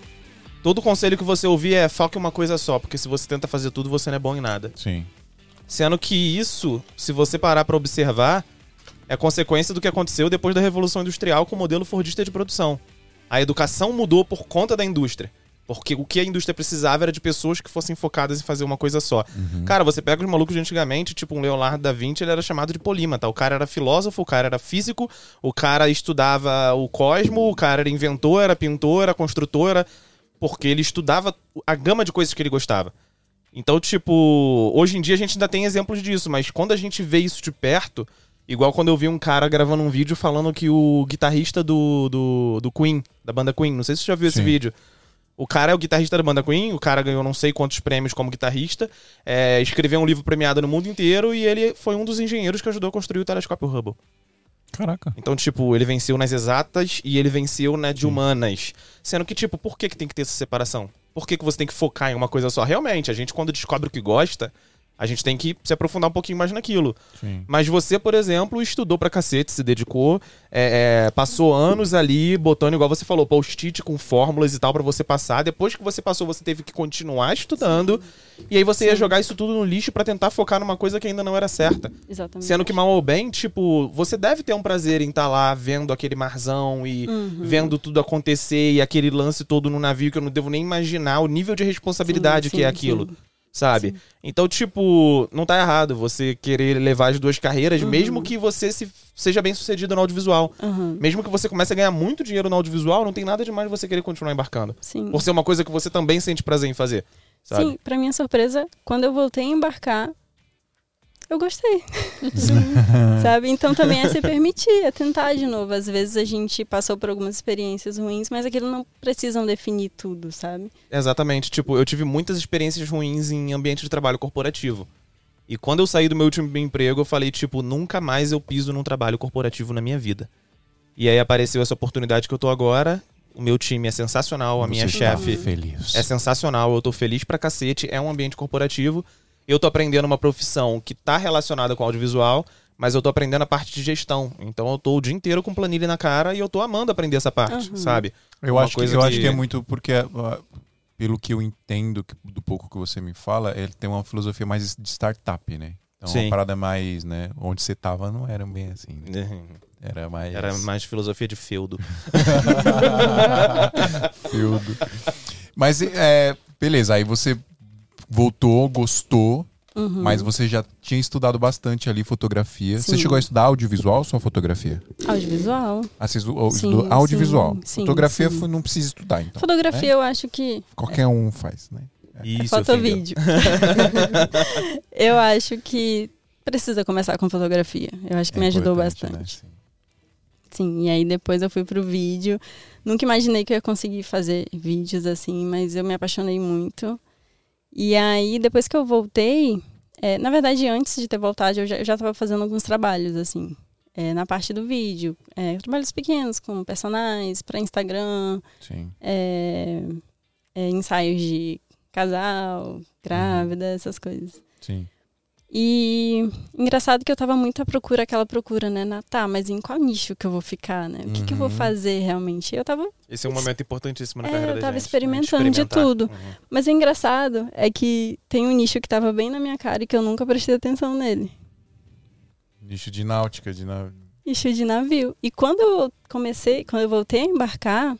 Todo conselho que você ouvir é foque em uma coisa só, porque se você tenta fazer tudo, você não é bom em nada. sim. Sendo que isso, se você parar pra observar, é consequência do que aconteceu depois da Revolução Industrial com o modelo fordista de produção. A educação mudou por conta da indústria. Porque o que a indústria precisava era de pessoas que fossem focadas em fazer uma coisa só. Cara, você pega os malucos de antigamente, tipo um Leonardo da Vinci, ele era chamado de polímata. O cara era filósofo, o cara era físico, o cara estudava o cosmo, o cara era inventor, era pintor, era construtor, era... porque ele estudava a gama de coisas que ele gostava. Então, tipo, hoje em dia a gente ainda tem exemplos disso, mas quando a gente vê isso de perto, igual quando eu vi um cara gravando um vídeo falando que o guitarrista do, do, do Queen, da banda Queen, não sei se você já viu Sim. esse vídeo. O cara é o guitarrista da banda Queen, o cara ganhou não sei quantos prêmios como guitarrista, é, escreveu um livro premiado no mundo inteiro e ele foi um dos engenheiros que ajudou a construir o telescópio Hubble. Caraca. Então, tipo, ele venceu nas exatas e ele venceu na de humanas. Sendo que, tipo, por que, que tem que ter essa separação? Por que, que você tem que focar em uma coisa só? Realmente, a gente, quando descobre o que gosta, a gente tem que se aprofundar um pouquinho mais naquilo. Sim. Mas você, por exemplo, estudou pra cacete, se dedicou, é, é, passou anos ali botando, igual você falou, post-it com fórmulas e tal pra você passar. Depois que você passou, você teve que continuar estudando. E aí você ia jogar isso tudo no lixo pra tentar focar numa coisa que ainda não era certa. Exatamente. Sendo que mal ou bem, tipo, você deve ter um prazer em estar lá vendo aquele marzão e Uhum. vendo tudo acontecer e aquele lance todo no navio que eu não devo nem imaginar o nível de responsabilidade Sim, que é sim, aquilo, sim. sabe? Então, tipo, não tá errado você querer levar as duas carreiras, Uhum. mesmo que você se, seja bem sucedido no audiovisual. Aham, Mesmo que você comece a ganhar muito dinheiro no audiovisual, não tem nada demais você querer continuar embarcando. Sim. Por ser uma coisa que você também sente prazer em fazer, sabe? Uhum. Sim, pra minha surpresa, quando eu voltei a embarcar, eu <laughs> gostei. Sabe? Então também é se permitir, é tentar de novo. Às vezes a gente passou por algumas experiências ruins, mas aquilo não precisam definir tudo, sabe? Exatamente. Tipo, eu tive muitas experiências ruins em ambiente de trabalho corporativo. E quando eu saí do meu último emprego, eu falei, tipo, nunca mais eu piso num trabalho corporativo na minha vida. E aí apareceu essa oportunidade que eu tô agora. O meu time é sensacional, a minha Você tá chefe Feliz. é sensacional, eu tô feliz pra cacete, é um ambiente corporativo. Eu tô aprendendo uma profissão que tá relacionada com audiovisual, mas eu tô aprendendo a parte de gestão. Então eu tô o dia inteiro com planilha na cara e eu tô amando aprender essa parte, sabe? Eu, Uma acho que, coisa eu acho que- que é muito porque, ah, pelo que eu entendo que- do pouco que você me fala, ele tem uma filosofia mais de startup, né? Então, Sim. uma parada mais, né? Onde você tava não era bem assim, né? Era mais... <laughs> Era mais filosofia de feudo. Feudo. Mas, é, beleza, aí você voltou, gostou, Uhum. mas você já tinha estudado bastante ali fotografia. Você Sim. chegou a estudar audiovisual ou só fotografia? Audiovisual. Ah, você estudou- Sim, estudou sim, audiovisual. sim, fotografia sim. foi- não precisa estudar, então. Fotografia eu acho que. Qualquer um faz, né? Isso, Foto <laughs> filho. vídeo. eu acho que precisa começar com fotografia. Eu acho que É me ajudou importante, bastante. né? Sim. Sim, e aí depois eu fui pro vídeo. Nunca imaginei que eu ia conseguir fazer vídeos assim, mas eu me apaixonei muito. E aí, depois que eu voltei, é, na verdade, antes de ter voltado, eu já, eu já tava fazendo alguns trabalhos, assim, é, na parte do vídeo. É, trabalhos pequenos, com personagens, para Instagram, Sim. é, é, ensaios de casal, grávida, essas coisas. Sim. E engraçado que eu tava muito à procura, aquela procura, né? Na, tá, mas em qual nicho que eu vou ficar, né? O que, que eu vou Uhum. fazer realmente? Eu tava. Esse é um momento importantíssimo na É, carreira eu da tava gente, né? experimentando de experimentar. tudo. Uhum. Mas o engraçado é que tem um nicho que tava bem na minha cara e que eu nunca prestei atenção nele. Nicho de náutica, de nav... Nicho de navio. E quando eu comecei, quando eu voltei a embarcar,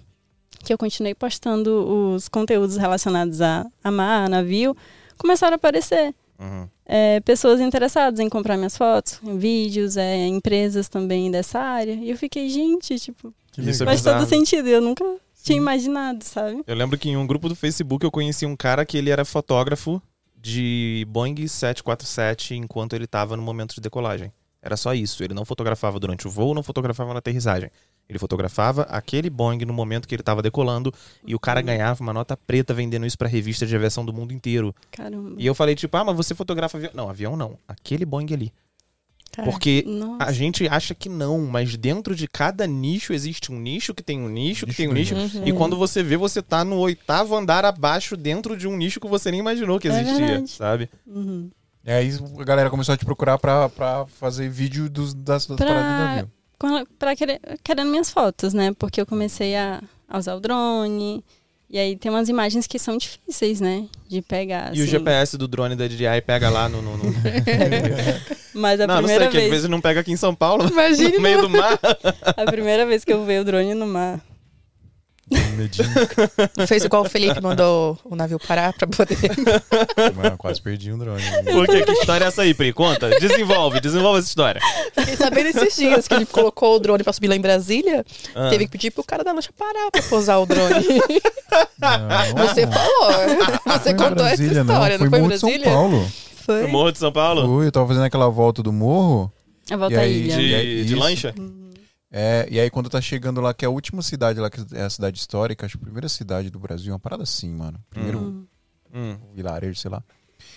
que eu continuei postando os conteúdos relacionados a, a mar, a navio, começaram a aparecer. Uhum. é, pessoas interessadas em comprar minhas fotos, em vídeos, é, empresas também dessa área. E eu fiquei, gente, tipo, Isso é faz bizarro. todo sentido. Eu nunca tinha imaginado, sabe? Eu lembro que em um grupo do Facebook eu conheci um cara que ele era fotógrafo de Boeing 747 enquanto ele estava no momento de decolagem. Era só isso. Ele não fotografava durante o voo, não fotografava na aterrissagem. Ele fotografava aquele Boeing no momento que ele estava decolando e o cara ganhava uma nota preta vendendo isso para revista de aviação do mundo inteiro. Caramba. E eu falei tipo, ah, mas você fotografa avião? Não, avião não. Aquele Boeing ali. Cara, Porque Nossa. a gente acha que não, mas dentro de cada nicho existe um nicho que tem um nicho que Nicho tem um do nicho. nicho. Uhum. E quando você vê, você tá no oitavo andar abaixo dentro de um nicho que você nem imaginou que É existia, verdade. sabe? Uhum. E aí a galera começou a te procurar pra, pra fazer vídeo dos, das, das Pra- paradas do navio. Quando- Pra querer, querendo minhas fotos, né? Porque eu comecei a, a usar o drone. E aí tem umas imagens que são difíceis, né? De pegar. E o assim. GPS do drone da DJI pega lá no. no, no... <laughs> Mas né? a não, não primeira sei, que às vez. vezes não pega aqui em São Paulo, <laughs> Imagina. no meio do <laughs> mar. A primeira vez que eu vi o drone no mar. Fez igual o Felipe mandou o navio parar pra <laughs> poder. Mano, quase perdi um drone. Porque que história é essa aí, Pri? Conta, desenvolve, desenvolve essa história. Fiquei sabendo esses dias que ele colocou o drone pra subir lá em Brasília. Ah. Teve que pedir pro cara da lancha parar pra pousar o drone. Não, <laughs> Você falou. Você Ah, em contou essa Brasília, história, Foi não, foi em Morro de Brasília? São Paulo. Foi. No Morro de São Paulo? Foi, eu tava fazendo aquela volta do morro. A volta E à aí, ilha. gente? De, de Isso. lancha? É, e aí quando tá chegando lá, que é a última cidade lá, que é a cidade histórica, acho que a primeira cidade do Brasil, uma parada assim, mano. Primeiro Hum. Hum. vilarejo, sei lá.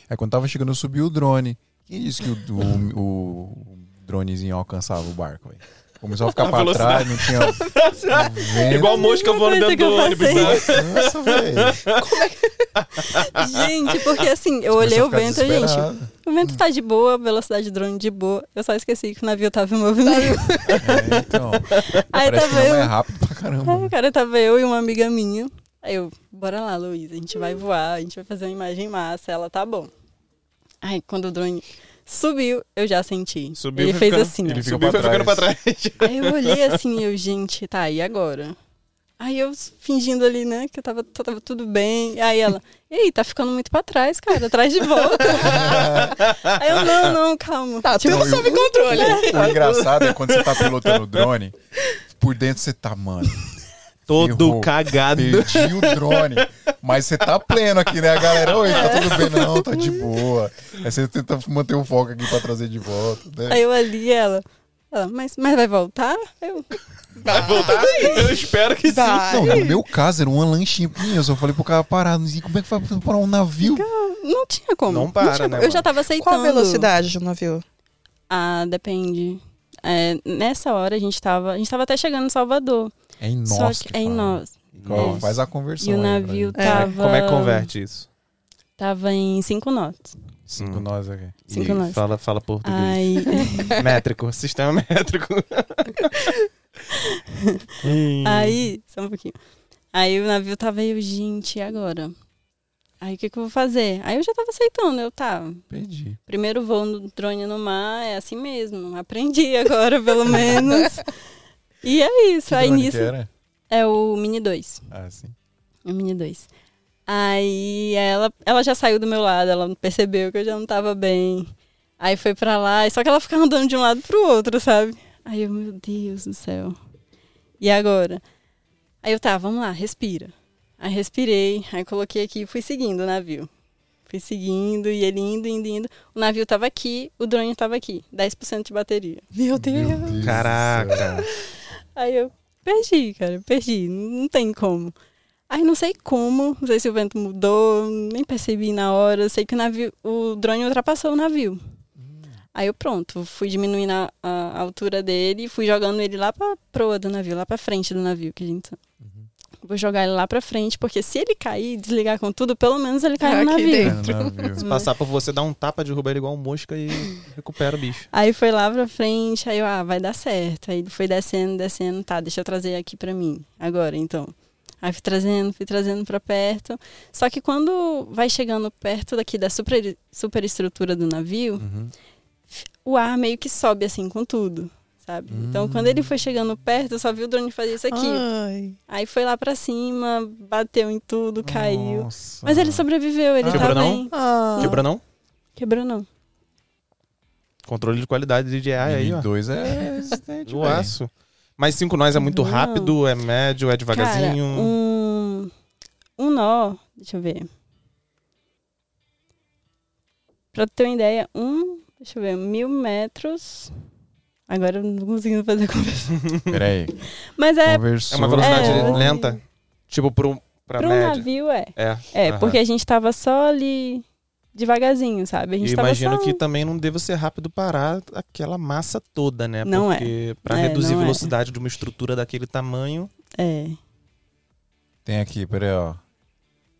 Aí quando tava chegando, subiu o drone. Quem disse que o, o, o dronezinho alcançava o barco, velho? Começou a ficar A pra trás, não tinha. É. vento. Igual mosca Não voando foi dentro isso que do eu ônibus. passei. sabe? Nossa, velho. né? <laughs> Gente, porque assim, eu olhei Começou a o ficar vento, gente. desesperado. O vento tá de boa, a velocidade do drone de boa. Eu só esqueci que o navio tava em movimento. É, então. <laughs> Aí parece que tava não é eu. rápido pra Aí, caramba. né? cara, tava eu e uma amiga minha. Aí eu, bora lá, Luísa, a gente vai voar, a gente vai fazer uma imagem massa, ela tá bom. Aí quando o drone subiu, eu já senti. Subiu, ele foi fez ficando- assim, ele ó. Ficou Subiu e foi pra ficando pra trás. Aí eu olhei assim, eu, gente, tá, e agora? Aí eu fingindo ali, né, que eu tava, tava tudo bem. Aí ela, ei, tá ficando muito pra trás, cara, atrás de volta. Aí eu, não, não, calma. Tá, Tipo, tudo sob controle. O engraçado é quando você tá pilotando o drone, por dentro você tá, mano. Todo Ferrou. cagado. Perdi o drone. Mas você tá pleno aqui, né, galera? Oi, tá tudo bem? Não, tá de boa. Aí você tenta manter o foco aqui pra trazer de volta. Né? <laughs> Aí eu ali, ela, ela mas, mas vai voltar? Eu, Ah, Vai voltar? tá Eu espero que sim. Vai. Não, no meu caso era uma lanchinha. Eu só falei pro cara parar. Não sei como é que vai parar um navio. não tinha como. Não para, né, tinha como. mano? Eu já tava aceitando. Qual a velocidade do navio? Ah, depende. É, nessa hora a gente tava, a gente tava até chegando em Salvador. É em só nós. que, que é em fala. nós. Ó, É. Faz a conversão. E o aí, pra navio gente. É, tava Como é que converte isso? Tava em cinco knots. Cinco Hum. nós aqui. Cinco E nós. Fala, fala português. Aí, Métrico, <laughs> sistema <laughs> métrico. <laughs> Aí, só um pouquinho. Aí o navio tava aí, eu, gente, e agora? Aí o que, que eu vou fazer? Aí eu já tava aceitando, eu tava. Perdi. Primeiro voo no drone no mar, é assim mesmo. Aprendi <laughs> agora, pelo menos. E é isso. aí nisso era? é o Mini 2. Ah, sim. O Mini 2. Aí ela, ela já saiu do meu lado, ela percebeu que eu já não tava bem. Aí foi pra lá, e só que ela ficava andando de um lado pro outro, sabe? Aí eu, meu Deus do céu. E agora? Aí eu, tá, vamos lá, respira. Aí respirei, aí coloquei aqui e fui seguindo o navio. Fui seguindo e ele indo, indo, indo. O navio tava aqui, o drone tava aqui. 10% de bateria. Meu Deus. Meu Deus do Caraca. Aí eu perdi, cara, perdi, não tem como. Aí não sei como, não sei se o vento mudou, nem percebi na hora, eu sei que o navio, o drone ultrapassou o navio. Aí eu pronto, fui diminuindo a, a altura dele, fui jogando ele lá pra proa do navio, lá pra frente do navio que a gente tá. Vou jogar ele lá pra frente, porque se ele cair e desligar com tudo, pelo menos ele cai no Aqui navio. Né? dentro. céu. É, navio. Se passar por você, dá um tapa, derruba ele igual um mosca e recupera o bicho. Aí foi lá pra frente, aí eu, ah, vai dar certo. Aí ele foi descendo, descendo, tá, deixa eu trazer aqui pra mim, agora então. Aí fui trazendo, fui trazendo pra perto. Só que quando vai chegando perto daqui da super, superestrutura do navio, Uhum. o ar meio que sobe assim com tudo. sabe? Hum. Ah. Então, quando ele foi chegando perto, eu só vi o drone fazer isso aqui. Ai. Aí foi lá pra cima, bateu em tudo, caiu. Nossa. Mas ele sobreviveu, ele Quebrou tá não? bem. Ah. Quebra não? Quebrou não. Controle de qualidade de DJI aí, ó. 2002 <laughs> é resistente, O velho. aço. Mas 5 nós é muito Não. rápido, é médio, é Cara, devagarzinho. um, um nó, deixa eu ver. Pra ter uma ideia, um, deixa eu ver, mil metros. Agora eu não consigo fazer <laughs> a conversa. Peraí. Mas é, Conversou. É uma velocidade É, eu- lenta? Tipo, pro, pra pra um média. navio é. É. É, Aham. porque a gente tava só ali devagarzinho, sabe? A Eu gente tava imagino só... um. que também não deva ser rápido parar aquela massa toda, né? Não é. porque pra É, reduzir a não é. velocidade de uma estrutura daquele tamanho. É. Tem aqui, peraí, ó.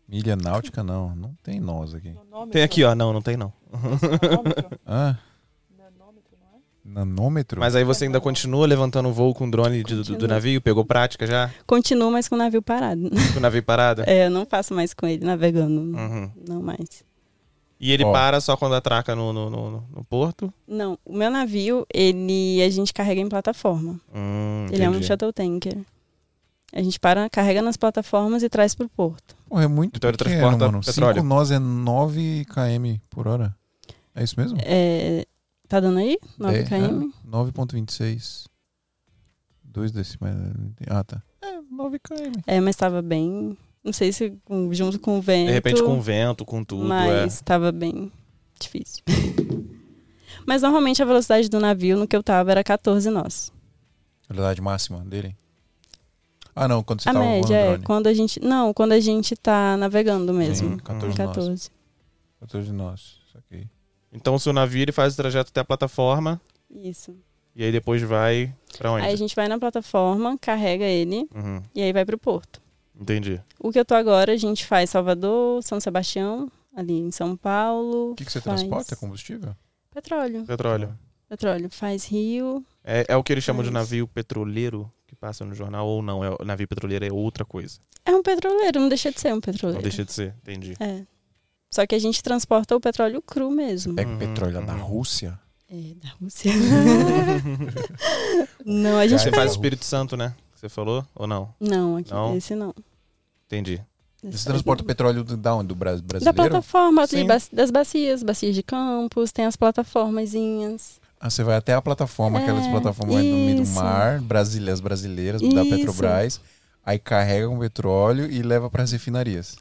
Milha náutica, não. Não tem nós aqui. Ah. Tem aqui, ó. Não, não tem não. Hã? é? Nanômetro? Mas aí você ainda continua levantando o voo com o drone de- do, do Continua. navio? Pegou prática já? Continuo, mas com o navio parado. Com o navio parado? <laughs> É, eu não faço mais com ele navegando. Uhum. Não mais. E ele Ó. para só quando atraca no, no, no- no- no porto? Não, o meu navio, ele a gente carrega em plataforma. Hum, Ele é um entendi. shuttle tanker. A gente para, carrega nas plataformas e traz pro porto. Porra, é muito Então ele pequeno, transporta mano. 5 petróleo. nós é 9 km por hora. É isso mesmo? É, tá dando aí? 9 É, km? é. 9.26. 2 decimais. Ah, tá. É, 9 km. É. mas tava bem. Não sei se com- junto com o vento. De repente com o vento, com tudo. é. Mas tava bem difícil. <laughs> mas normalmente a velocidade do navio no que eu tava era 14 nós. Velocidade máxima dele? Ah, não, quando você a tava voando média é drone. quando a gente. Não, quando a gente tá navegando mesmo. Sim, 14 nós. 14. 14 nós. Isso aqui. Então, se o navio ele faz o trajeto até a plataforma Isso. e aí depois vai pra onde? Aí a gente vai na plataforma, carrega ele Uhum, e aí vai pro porto. entendi. O que eu tô agora, a gente faz Salvador, São Sebastião, ali em São Paulo. O que, que você faz transporta? É Combustível? Petróleo. Petróleo. Petróleo. Faz Rio. É, é o que eles chamam de Mas- navio petroleiro que passa no jornal ou não. É, o navio petroleiro é outra coisa. É um petroleiro, não deixa de ser um Não petroleiro. deixa de ser, entendi. É. Só que a gente transporta o petróleo cru mesmo. Pega Hum, É petróleo lá da hum. Rússia? É, da Rússia. <laughs> não, a gente Você Cara, faz é- Espírito Santo, né? Que Você falou ou não? Não, aqui, Não? esse não. Entendi. Esse Você faz transporta não. petróleo do- da onde? Do Bra- Hum. Da brasileiro? plataforma, ali, Sim. baci- das bacias, bacias de campos, tem as plataformazinhas. Ah, você vai até a plataforma, aquelas É, plataformas aí no meio do isso. mar, Brasília, as brasileiras, da Isso. Petrobras. Aí carrega o petróleo e leva para as refinarias.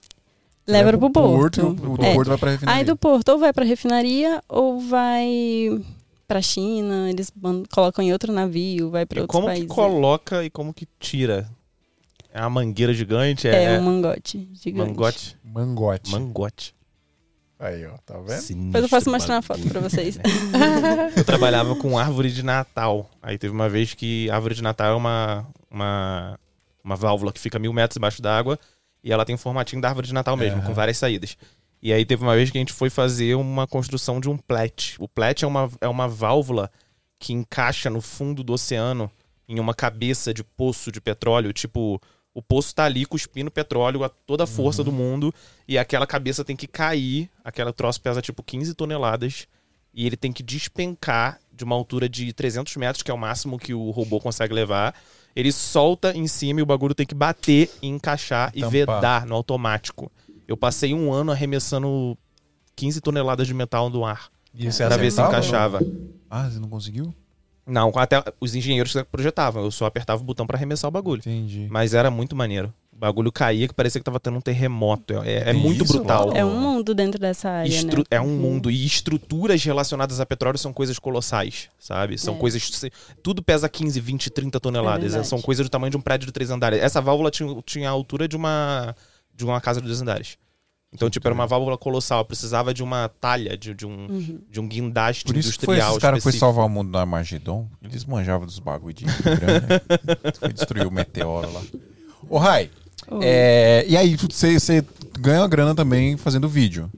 Você Leva pro porto. e o- o do É. porto vai para refinaria. Aí do porto ou vai pra refinaria ou vai pra China, eles man- colocam em outro navio, vai pra E outros como países. é. que coloca e como que tira? É uma mangueira gigante? é, É, um mangote gigante. mangote? Mangote. Mangote. Aí, ó, tá vendo? Sinistro, Depois eu posso mostrar uma maluco. foto pra vocês. <laughs> Eu trabalhava com árvore de Natal. Aí teve uma vez que a árvore de Natal é uma, uma, uma válvula que fica mil metros embaixo d'água e ela tem um formatinho da árvore de Natal mesmo, Aham. com várias saídas. E aí teve uma vez que a gente foi fazer uma construção de um plet. O plet é uma, é uma válvula que encaixa no fundo do oceano em uma cabeça de poço de petróleo, tipo... O poço tá ali cuspindo petróleo a toda a força Uhum. do mundo e aquela cabeça tem que cair, aquela troço pesa tipo 15 toneladas e ele tem que despencar de uma altura de 300 metros, que é o máximo que o robô consegue levar. Ele solta em cima e o bagulho tem que bater, e encaixar e Tampar. vedar no automático. Eu passei um ano arremessando 15 toneladas de metal no ar E você pra ver se acertava? encaixava. Ah, você não conseguiu? Não, até os engenheiros projetavam, eu só apertava o botão pra arremessar o bagulho. Entendi. Mas era muito maneiro. O bagulho caía que parecia que tava tendo um terremoto. É- É, é Tem muito isso? brutal. Uau. é um mundo dentro dessa área, né? Estru- né? É um mundo. E estruturas relacionadas a petróleo são coisas colossais, sabe? São É. coisas. se- Tudo pesa 15, 20, 30 toneladas. É verdade. são coisas do tamanho de um prédio de três andares. Essa válvula tinha, tinha a altura de uma, de uma casa de dois andares. Então, tipo, era uma válvula colossal. Eu precisava de uma talha, de, de um, Uhum. de um guindaste Por isso que foi industrial. esses caras que foi específico. salvar o mundo na Armagedon. Eles manjavam dos bagulho de <laughs> grana. né? foi destruir o meteoro lá. Ô, Rai, Ou- é, e aí você você ganha uma grana também fazendo vídeo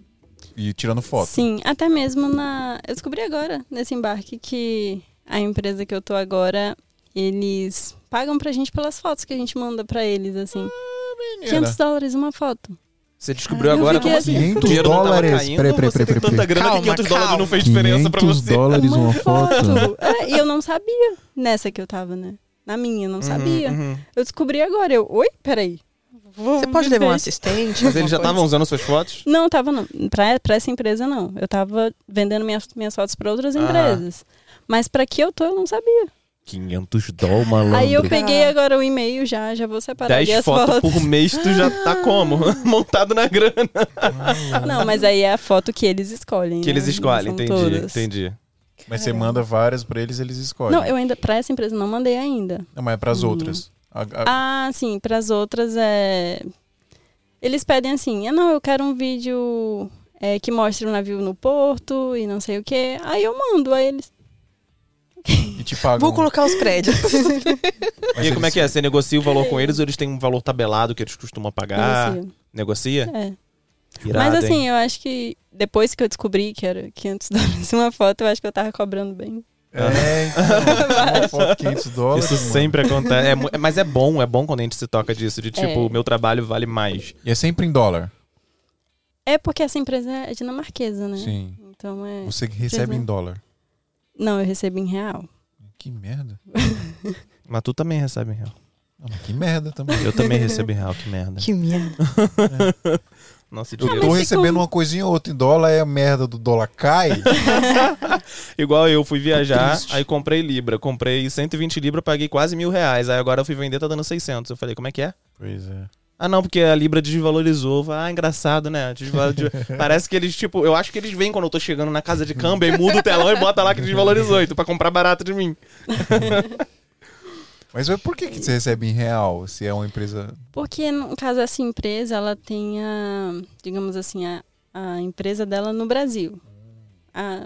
e tirando foto. Sim, até mesmo na. Eu descobri agora, nesse embarque, que a empresa que eu tô agora, eles Ah, pagam pra gente pelas fotos que a gente manda pra eles, assim. Menina, 500 dólares uma foto. Você descobriu Eu agora fiquei como assim? assim. 500 O dinheiro não tava dólares. caindo, Peraí, peraí, você peraí, tem peraí, tanta grana Calma, que 500 dólares não fez diferença pra 500 você. dólares uma foto. É, e eu não sabia nessa que eu tava, né? Na minha, eu não sabia. Uhum, uhum. Eu descobri agora. Eu, oi, peraí. Vou Você pode viver levar um isso. assistente? Mas eles já estavam alguma usando suas fotos? Não, tava não. Pra, pra essa empresa, não. Eu tava vendendo minhas, minhas fotos pra outras Ah. empresas. Mas pra que eu tô, eu não sabia. 500 dólares, malandro. Aí eu peguei Ah. agora o e-mail já, já vou separar ali 10 as fotos fotos. por mês, tu já tá <laughs> como? <laughs> Montado na grana. Não, mas aí é a foto que eles escolhem. Que eles né? escolhem, São entendi, entendi. Mas você manda várias pra eles, eles escolhem. Não, eu ainda, pra essa empresa, não mandei ainda. Não, mas é pras Hum. outras. A- a- Ah, sim, pras outras é. Eles pedem assim: ah, não, eu quero um vídeo é, que mostre o navio no porto e não sei o quê. Aí eu mando a eles. E te coisa? pagam. Vou colocar os prédios. Mas e aí, eles- como é que é? Você negocia o valor com eles ou eles têm um valor tabelado que eles costumam pagar? Negocia. Negocia? É. Ah, Irado, Mas assim, hein? eu acho que depois que eu descobri que era <laughs> 500 dólares uma foto, eu acho que eu tava cobrando bem. É, então, uma foto de 500 dólares. Isso mano. sempre acontece. É mu- é, mas é bom, é bom quando a gente se toca disso, de tipo, É. meu trabalho vale mais. E é sempre em dólar. É porque essa empresa é dinamarquesa, né? Sim. Então é. Você que recebe em dólar. Não, eu recebo em real. Que merda. Mas tu também recebe em real. Não, mas que merda também. Eu <laughs> também recebo em real, que merda. <laughs> que merda. Nossa, Eu dinheiro. tô mas recebendo como- uma coisinha ou outra em dólar, é a merda do dólar cai. Igual eu fui viajar, triste. aí comprei Libra. Comprei 120 Libra, paguei quase mil reais. Aí agora eu fui vender, tá dando 600. Eu falei, como é que é? pois é. Ah, não, porque a Libra desvalorizou. Eu falei, Ah, engraçado, né? Desval- <laughs> de- Parece que eles, tipo, eu acho que eles vêm quando eu tô chegando na casa de câmbio, aí muda o telão e bota lá que desvalorizou, então pra comprar barato de mim. Mas por que, que você recebe em real se é uma empresa. Porque, no caso, essa empresa, ela tem a, digamos assim, a, a empresa dela no Brasil. A,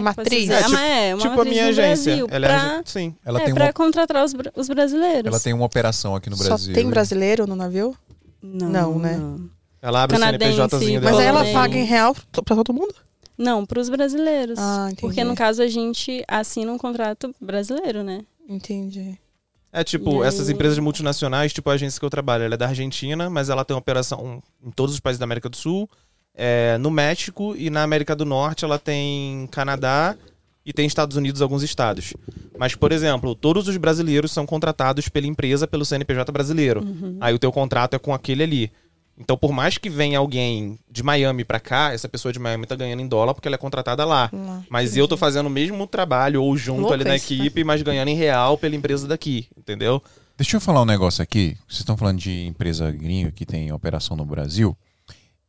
Matriz. Posso dizer? É, tipo- Ah, é, uma tipo a matriz minha no agência. Brasil, Ela é pra- agen- Sim. Ela, é, tem pra uma, contratar os, bra- os brasileiros. ela tem uma operação aqui no Brasil. Só tem né? brasileiro no navio? Não, Não, né? Não, Ela abre o Canadense, CNPJzinho Mas dela. aí ela Também. paga em real pra pra todo mundo? não pros brasileiros. Ah, entendi. porque, no caso, a gente assina um contrato brasileiro, né? Entendi. É E tipo, aí- essas empresas multinacionais, tipo a agência que eu trabalho, ela é da Argentina, mas ela tem operação em todos os países da América do Sul, é, no México e na América do Norte ela tem Canadá e tem Estados Unidos alguns estados. Mas, por exemplo, todos os brasileiros são contratados pela empresa, pelo CNPJ brasileiro. Uhum. Aí o teu contrato é com aquele ali. Então, por mais que venha alguém de Miami pra cá, essa pessoa de Miami tá ganhando em dólar porque ela é contratada lá. Não. Mas eu tô fazendo o mesmo trabalho, ou junto Louco ali na isso, tá? equipe, mas ganhando em real pela empresa daqui, entendeu? Deixa eu falar um negócio aqui. Vocês estão falando de empresa gringa que tem operação no Brasil.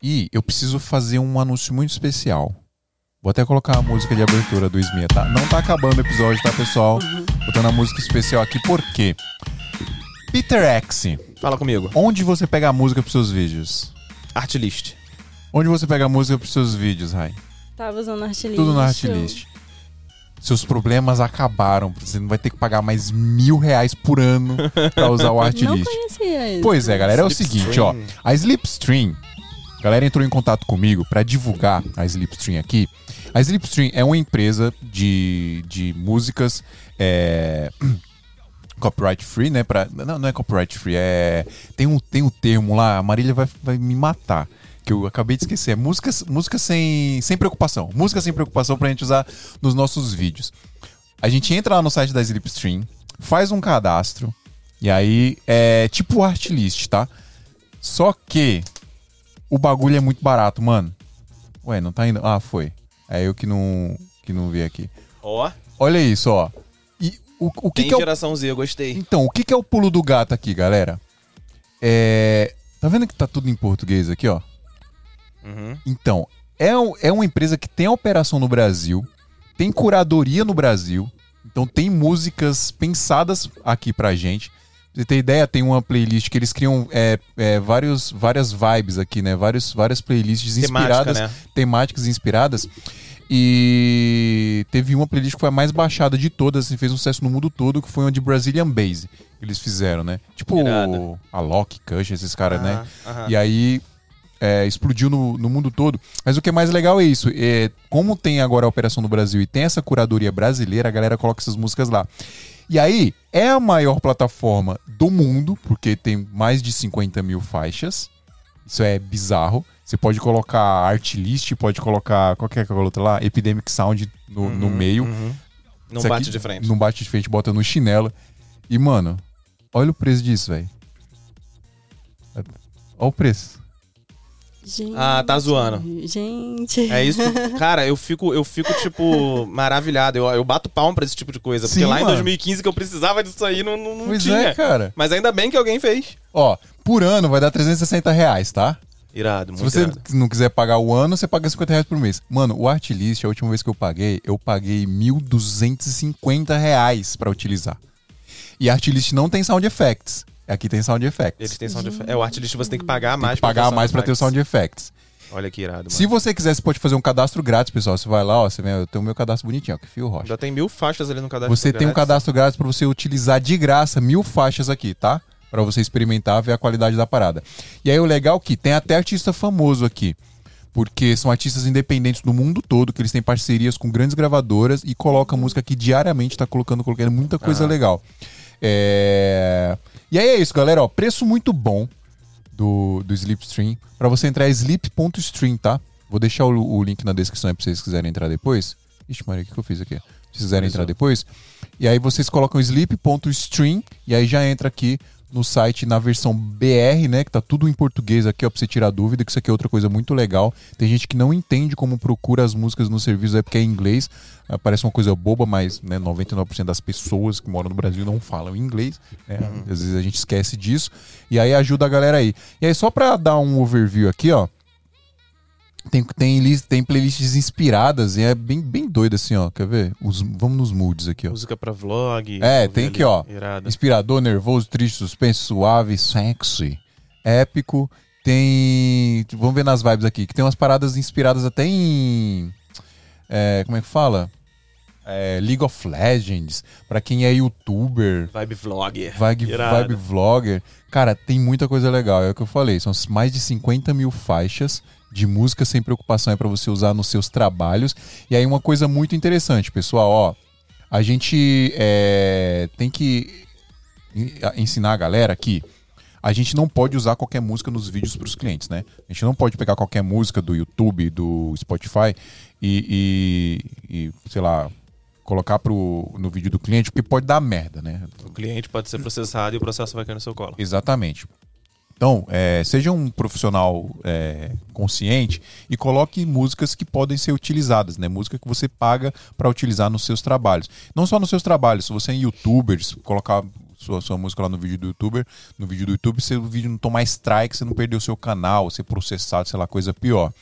E eu preciso fazer um anúncio muito especial. Vou até colocar a música de abertura do Esmia, tá? Não tá acabando o episódio, tá, pessoal? Botando a música especial aqui, por quê? Peter X, Fala comigo. onde você pega a música pros seus vídeos? Artlist. Onde você pega a música pros seus vídeos, Rai? Tava usando Artlist. Tudo no Artlist. Seus problemas acabaram. Você não vai ter que pagar mais mil reais por ano pra usar o Eu Não Artlist. conhecia isso. Pois é, galera, é o Slipstream. seguinte, ó. A Slipstream, a galera entrou em contato comigo pra divulgar a Slipstream aqui. A Slipstream é uma empresa de, de músicas é, <clears throat> copyright free, né? Pra, não, não é copyright free, é. Tem um, tem um termo lá, a Marília vai, vai me matar. Que eu acabei de esquecer. É músicas, música sem, sem preocupação. Música sem preocupação pra gente usar nos nossos vídeos. A gente entra lá no site da Slipstream, faz um cadastro, e aí é tipo artlist, tá? Só que o bagulho é muito barato, mano. Ué, não tá indo. Ah, foi. É eu que não, que não vi aqui. Ó, Olha isso, ó. E o, o que, tem que é o geração Z, eu gostei. então, o que, que é o pulo do gato aqui, galera? É. Tá vendo que tá tudo em português aqui, ó? Uhum. Então, é, um- é uma empresa que tem operação no Brasil, tem curadoria no Brasil, então tem músicas pensadas aqui pra gente. Pra você ter ideia, tem uma playlist que eles criam é, é, vários, várias vibes aqui, né? Vários, várias playlists Temática, inspiradas né? temáticas inspiradas. E teve uma playlist que foi a mais baixada de todas e fez um sucesso no mundo todo, que foi uma de Brazilian Base que eles fizeram, né? Tipo Irado. a Loki, Kush, esses caras, né? Ah, Aham. E aí é, explodiu no, no mundo todo. Mas o que é mais legal é isso. É, como tem agora a Operação do Brasil e tem essa curadoria brasileira, a galera coloca essas músicas lá. E aí, é a maior plataforma do mundo, porque tem mais de 50 mil faixas. Isso é bizarro. Você pode colocar Artlist, pode colocar qualquer é outra lá, Epidemic Sound no, no Uhum, meio. uhum. Não Isso bate aqui de frente. Não bate de frente, bota no chinelo. E, mano, olha o preço disso, velho. Olha o preço. Gente. Ah, tá zoando. Gente. É isso. <laughs> que- Cara, eu fico, eu fico tipo, maravilhado. Eu, eu bato palma pra esse tipo de coisa. Porque Sim, lá em mano. 2015 que eu precisava disso aí, não, não, não pois tinha. é, cara. Mas ainda bem que alguém fez. Ó, por ano vai dar 360 reais, tá? Irado, Se muito você irado. não quiser pagar o ano, você paga 50 reais por mês. Mano, o Artlist, a última vez que eu paguei, eu paguei 1.250 reais pra utilizar. E Artlist não tem sound effects. Aqui tem sound effects. Eles têm sound effect. É, o artlist você tem que pagar Tem mais que pagar sound mais pra ter o effects. sound effects. Olha que irado, mano. Se você quiser, você pode fazer um cadastro grátis, pessoal. Você vai lá, ó, você vê, eu tenho o meu cadastro bonitinho, ó, que fio rocha. Já tem mil faixas ali no cadastro. Você tem um grátis. cadastro grátis pra você utilizar de graça mil faixas aqui, tá? Pra você experimentar, ver a qualidade da parada. E aí o legal é que tem até artista famoso aqui. Porque são artistas independentes do mundo todo, que eles têm parcerias com grandes gravadoras e colocam música aqui diariamente, tá colocando, colocando muita coisa legal. É... E aí é isso, galera. Ó, preço muito bom do, do Sleepstream. Pra você entrar é sleep.stream, tá? Vou deixar o, o link na descrição aí pra vocês quiserem entrar depois. Ixi, Maria, o que, que eu fiz aqui? Se quiserem entrar depois. E aí vocês colocam sleep.stream e aí já entra aqui no site na versão BR, né? Que tá tudo em português aqui, ó, pra você tirar dúvida, que isso aqui é outra coisa muito legal. Tem gente que não entende como procura as músicas no serviço, é porque é em inglês. Ah, Parece uma coisa boba, mas né, 99% das pessoas que moram no Brasil não falam inglês. né? Às vezes a gente esquece disso. E aí ajuda a galera aí. E aí, só pra dar um overview aqui, ó. Tem, tem, lis- tem playlists inspiradas e é bem, bem doido assim, ó. Quer ver? Os- vamos nos moods aqui, ó. Música pra vlog. É, eu vi tem ali. que, ó. Irado. Inspirador, nervoso, triste, suspense, suave, sexy, épico. Tem. Vamos ver nas vibes aqui, que tem umas paradas inspiradas até em. é, como é que fala? É, League of Legends, pra quem é youtuber, Vibe vlog. vibe, Irado. vibe vlogger. Cara, tem muita coisa legal, é o que eu falei. São mais de 50 mil faixas de música sem preocupação é pra você usar nos seus trabalhos. E aí, uma coisa muito interessante, pessoal, ó. A gente é, tem que en- ensinar a galera que a gente não pode usar qualquer música nos vídeos para os clientes, né? A gente não pode pegar qualquer música do YouTube, do Spotify e, e- e, sei lá, colocar pro, no vídeo do cliente, porque pode dar merda, né? O cliente pode ser processado e o processo vai cair no seu colo. Exatamente. Então, é, seja um profissional é, consciente e coloque músicas que podem ser utilizadas, né? Música que você paga para utilizar nos seus trabalhos. Não só nos seus trabalhos, se você é youtuber, se colocar sua, sua música lá no vídeo do YouTube, no vídeo do YouTube, se o vídeo não tomar strike, você não perder o seu canal, ser processado, sei lá, coisa pior.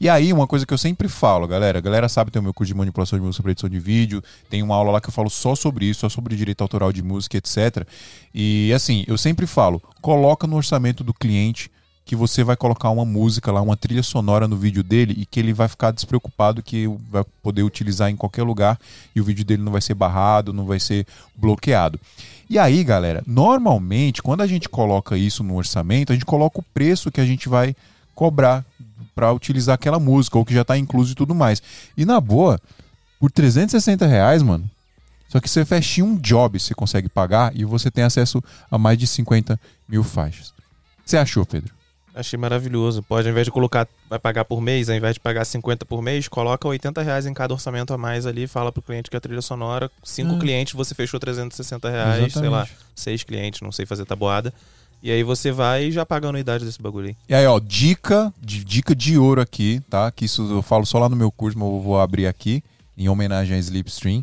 E aí, uma coisa que eu sempre falo, galera, a galera sabe, tem o meu curso de manipulação de música para edição de vídeo, tem uma aula lá que eu falo só sobre isso, só sobre direito autoral de música, etc. E assim, eu sempre falo, coloca no orçamento do cliente que você vai colocar uma música lá, uma trilha sonora no vídeo dele e que ele vai ficar despreocupado que vai poder utilizar em qualquer lugar e o vídeo dele não vai ser barrado, não vai ser bloqueado. E aí, galera, normalmente quando a gente coloca isso no orçamento, a gente coloca o preço que a gente vai cobrar para utilizar aquela música, ou que já tá incluso e tudo mais. E na boa, por 360 reais, mano, só que você fecha em um job, você consegue pagar e você tem acesso a mais de 50 mil faixas. O que Você achou, Pedro? Achei maravilhoso. Pode, ao invés de colocar, vai pagar por mês, ao invés de pagar 50 por mês, coloca 80 reais em cada orçamento a mais ali, fala pro cliente que é a trilha sonora. Cinco É. clientes, você fechou 360 reais, sei lá, seis clientes, não sei fazer tabuada. E aí você vai e já paga a anuidade desse bagulho aí. E aí, ó, dica de, dica de ouro aqui, tá? Que isso eu falo só lá no meu curso, mas eu vou abrir aqui, em homenagem a Slipstream.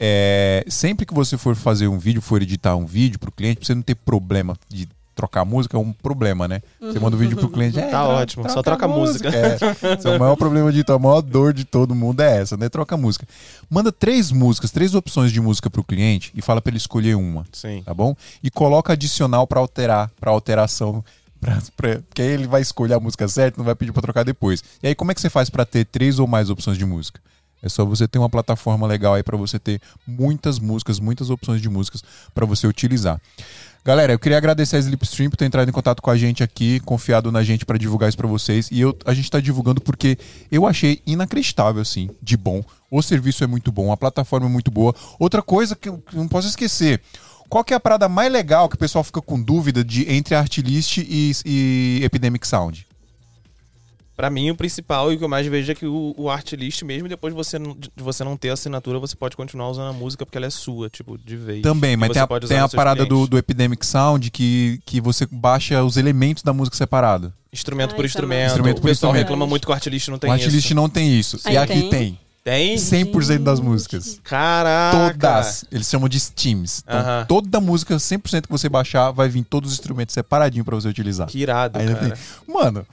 É, sempre que você for fazer um vídeo, for editar um vídeo pro cliente, pra você não ter problema de trocar música, é um problema, né? Você manda o vídeo pro cliente, é, Tá ótimo, só troca a música. É, esse é o maior problema de a maior dor de todo mundo é essa, né? Troca a música. Manda três músicas, três opções de música pro cliente e fala pra ele escolher uma Sim. tá bom? E coloca adicional pra alterar, pra alteração, pra, pra- porque aí ele vai escolher a música certa, não vai pedir pra trocar depois. E aí como é que você faz pra ter três ou mais opções de música? É só você ter uma plataforma legal aí pra você ter muitas músicas, muitas opções de músicas pra você utilizar. Galera, eu queria agradecer a Slipstream por ter entrado em contato com a gente aqui, confiado na gente pra divulgar isso pra vocês. E eu, a gente tá divulgando porque eu achei inacreditável, assim, de bom. O serviço é muito bom, a plataforma é muito boa. Outra coisa que eu que eu não posso esquecer: Qual que é a parada mais legal que o pessoal fica com dúvida de entre Artlist e, e Epidemic Sound? Pra mim, o principal e o que eu mais vejo é que o, o artlist, mesmo depois de você, não- de você não ter a assinatura, você pode continuar usando a música porque ela é sua, tipo, de vez. Também, E mas você tem a, pode usar tem a nos seus parada do, clientes. do Epidemic Sound que, que você baixa os elementos da música separado. Instrumento Ah, por isso é instrumento. massa. Instrumento o por pessoal instrumento. reclama muito que o artlist não tem o isso. Artlist não tem isso. Aí e aqui tem. tem. Tem? 100% das músicas. Caraca! Todas. Eles chamam de steams. Então, Ah, Aham. toda música, 100% que você baixar, vai vir todos os instrumentos separadinho pra você utilizar. Que irado, Aí não cara. tem- Mano,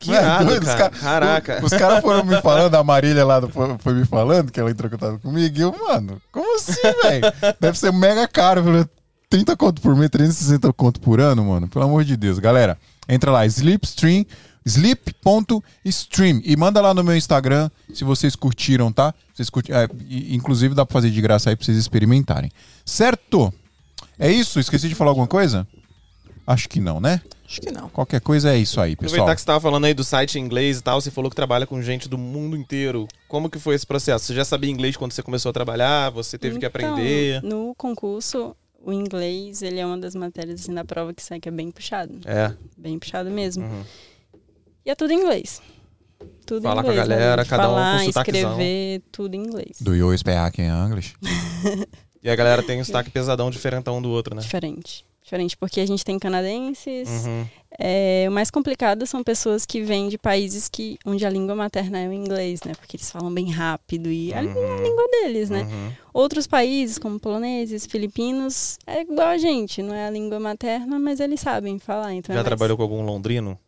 Que Não é irado, doido? Os cara. ca- Caraca. Os caras foram <laughs> me falando, a Marília lá do- foi, foi me falando que ela entrou contato comigo. E eu, mano, como <laughs> assim, velho? Deve ser mega caro. Eu falei, 30 conto por mês, 360 conto por ano, mano. Pelo amor de Deus, galera. Entra lá, Sleepstream, sleep.stream e manda lá no meu Instagram se vocês curtiram, tá? Vocês curti... é, e- inclusive dá pra fazer de graça aí pra vocês experimentarem. Certo? É isso? Esqueci de falar alguma coisa? Acho que não, né? Acho que não. Qualquer coisa é isso aí, pessoal. Aproveitar que você tava falando aí do site em inglês e tal, você falou que trabalha com gente do mundo inteiro. Como que foi esse processo? Você já sabia inglês quando você começou a trabalhar? Você teve que Então, aprender? No concurso, o inglês, ele é uma das matérias assim, da prova que sai, que é bem puxado. É. Bem puxado mesmo. Uhum. E é tudo em inglês. Tudo Falar em com a inglês. né, galera, gente? cada um com Falar, sotaquezão. escrever, tudo em inglês. Do you speak in English? E a galera tem um sotaque pesadão, diferentão um do outro, né? Diferente. Diferente, porque a gente tem canadenses. Uhum. É, o mais complicado são pessoas que vêm de países que, onde a língua materna é o inglês, né? Porque eles falam bem rápido e é a língua deles, né? Uhum. Outros países, como poloneses, filipinos, é igual a gente, não é a língua materna, mas eles sabem falar. Então é Já mais- trabalhou com algum londrino?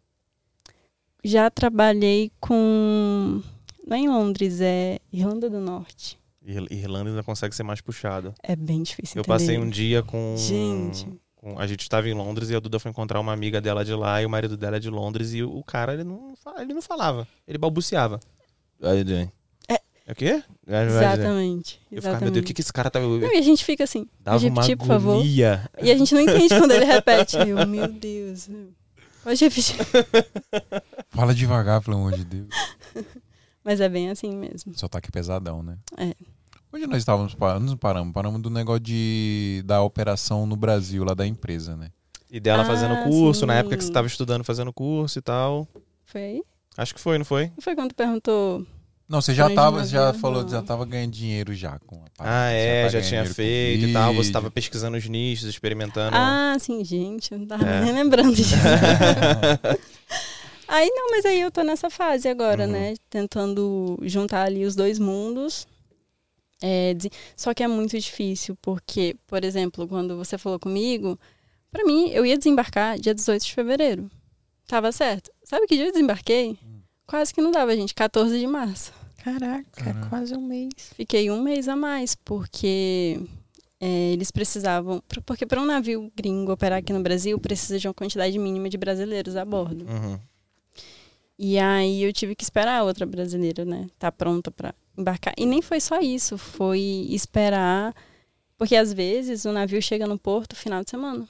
Já trabalhei com. Não é em Londres, é Irlanda do Norte. Ir- Irlanda ainda consegue ser mais puxado. É bem difícil. Eu entender. passei um dia com. Gente. com- A gente estava em Londres e a Duda foi encontrar uma amiga dela de lá e o marido dela é de Londres e o cara ele não, fa- ele não falava, ele balbuciava. É. É o quê? Exatamente. Eu ficava, meu Deus, o que, que esse cara tá. Eu, Não, e a gente fica assim. dava repetir, uma por favor. agonia. E a gente não entende quando ele repete. Eu, meu Deus. é, Pode repetir. <laughs> Fala devagar, pelo amor de Deus. Mas é bem assim mesmo. Só tá aqui pesadão, né? É. Hoje nós estávamos parando, nos paramos, paramos do negócio de da operação no Brasil, lá da empresa, né? E dela Ah, fazendo curso, na sim. época que você tava estudando, fazendo curso e tal. Foi aí? Acho que foi, não foi? Não foi quando perguntou. Não, você já Mas tava, não você já vi, falou, não. já tava ganhando dinheiro já com a parada, Ah, é, tá já ganhando tinha dinheiro com feito e tal. Você vídeo. tava pesquisando os nichos, experimentando. Ah, sim, gente, eu não tava É. nem lembrando <laughs> disso. aí não, mas aí eu tô nessa fase agora, Uhum. né? Tentando juntar ali os dois mundos. É, de- Só que é muito difícil, porque, por exemplo, quando você falou comigo, pra mim, eu ia desembarcar dia 18 de fevereiro. Tava certo. Sabe que dia eu desembarquei? Hum. Quase que não dava, gente. 14 de março. Caraca, quase um mês. Fiquei um mês a mais, porque é, eles precisavam. pra- Porque para um navio gringo operar aqui no Brasil, precisa de uma quantidade mínima de brasileiros a bordo. Uhum. E aí eu tive que esperar a outra brasileira, né? Tá pronta para embarcar. E nem foi só isso, foi esperar. Porque às vezes o navio chega no porto final de semana.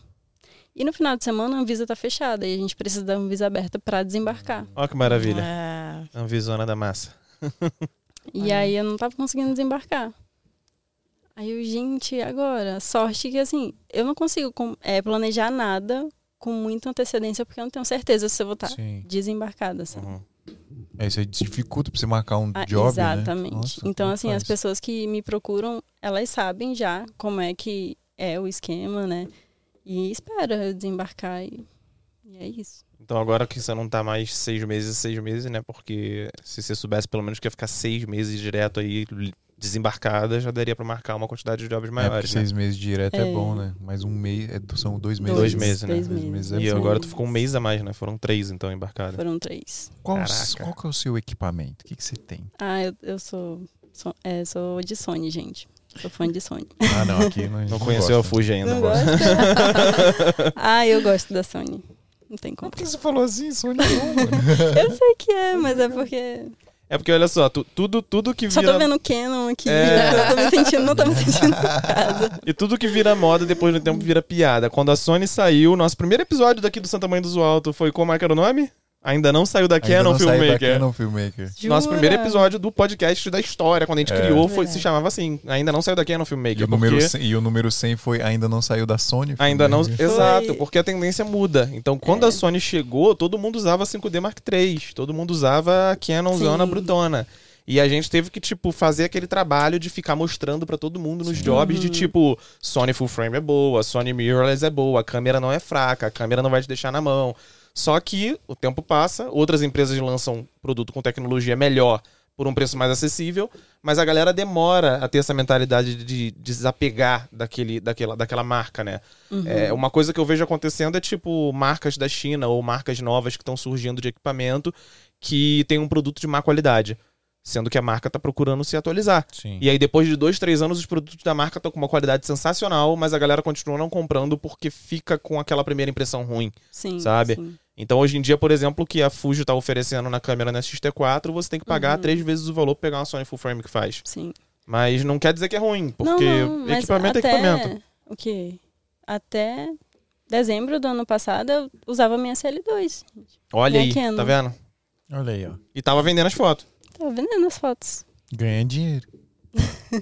E no final de semana a Anvisa tá fechada e a gente precisa da Anvisa aberta para desembarcar. Olha que maravilha. Ah, Anvisona da massa. E Ah. aí eu não tava conseguindo desembarcar. Aí eu, gente, e agora? Sorte que assim, eu não consigo com- é, planejar nada com muita antecedência, porque eu não tenho certeza se eu vou estar Sim. desembarcada, sabe? Uhum. É, isso aí dificulta pra você marcar um Ah, job, exatamente. né? Nossa, então, como assim, faz? as pessoas que me procuram, elas sabem já como é que é o esquema, né? E espera eu desembarcar e, e é isso. Então agora que você não tá mais seis meses, seis meses, né? Porque se você soubesse pelo menos que ia ficar seis meses direto aí li- desembarcada, já daria pra marcar uma quantidade de jobs É, porque maiores, né? seis meses direto é. É. bom, né? Mas um mês, é- são dois meses. Dois meses, né? Dois Dois meses meses. é E bom. agora tu ficou um mês a mais, né? Foram três, então, embarcada. Foram três. Qual, Caraca. qual que é o seu equipamento? O que, que você tem? Ah, eu, eu sou, sou, é, sou de Sony, gente. Sou fã de Sony. Ah, não, aqui nós Não conheceu a gosta. Fuji ainda. Não mano. gosta? <laughs> ah, eu gosto da Sony. Não tem como. Por que você falou assim? Sou nenhum. Eu sei que é, mas é porque. É porque, olha só, tu- tudo, tudo que Só tô vira... vendo o Canon aqui. É. <laughs> Eu tô me sentindo, não tô me sentindo em casa. <laughs> E tudo que vira moda, depois um do tempo, vira piada. Quando a Sony saiu, nosso primeiro episódio daqui do Santa Mãe do Zoalto foi... Como é que era o nome? Ainda não saiu da Ainda Canon não saiu é da é Filmmaker. Canon Filmmaker. Nosso primeiro Jura? episódio do podcast da história, quando a gente criou, foi, se Verdade. chamava assim. Ainda não saiu da Canon Filmmaker. E o, É. número é porque 100, e o número 100 foi Ainda Não Saiu da Sony. Ainda não. Filmmaker. Exato, Foi- porque a tendência muda. Então, quando É. a Sony chegou, todo mundo usava 5D Mark III. Todo mundo usava a Canonzona Sim. brutona. E a gente teve que, tipo, fazer aquele trabalho de ficar mostrando pra todo mundo nos jobs de, tipo, Sony Full Frame é boa, Sony Mirrorless é boa, a câmera não é fraca, a câmera não vai te deixar na mão. Só que o tempo passa, outras empresas lançam produto com tecnologia melhor por um preço mais acessível, mas a galera demora a ter essa mentalidade de desapegar daquele, daquela, daquela marca, né? É, uma coisa que eu vejo acontecendo é tipo marcas da China ou marcas novas que estão surgindo de equipamento que tem um produto de má qualidade, sendo que a marca está procurando se atualizar. Sim. E aí, depois de dois, três anos, os produtos da marca estão com uma qualidade sensacional, mas a galera continua não comprando porque fica com aquela primeira impressão ruim. Sim, Sabe? sim. Então, hoje em dia, por exemplo, o que a Fuji está oferecendo na câmera na XT4, você tem que pagar Uhum. três vezes o valor pra pegar uma Sony Full Frame que faz. sim. Mas não quer dizer que é ruim, Não, porque não, mas equipamento até, é equipamento. O quê? Até dezembro do ano passado eu usava minha CL2. Olha É aí, Canon. tá vendo? Olha aí, ó. E tava vendendo as fotos. Tava vendendo as fotos. Ganha <laughs> dinheiro.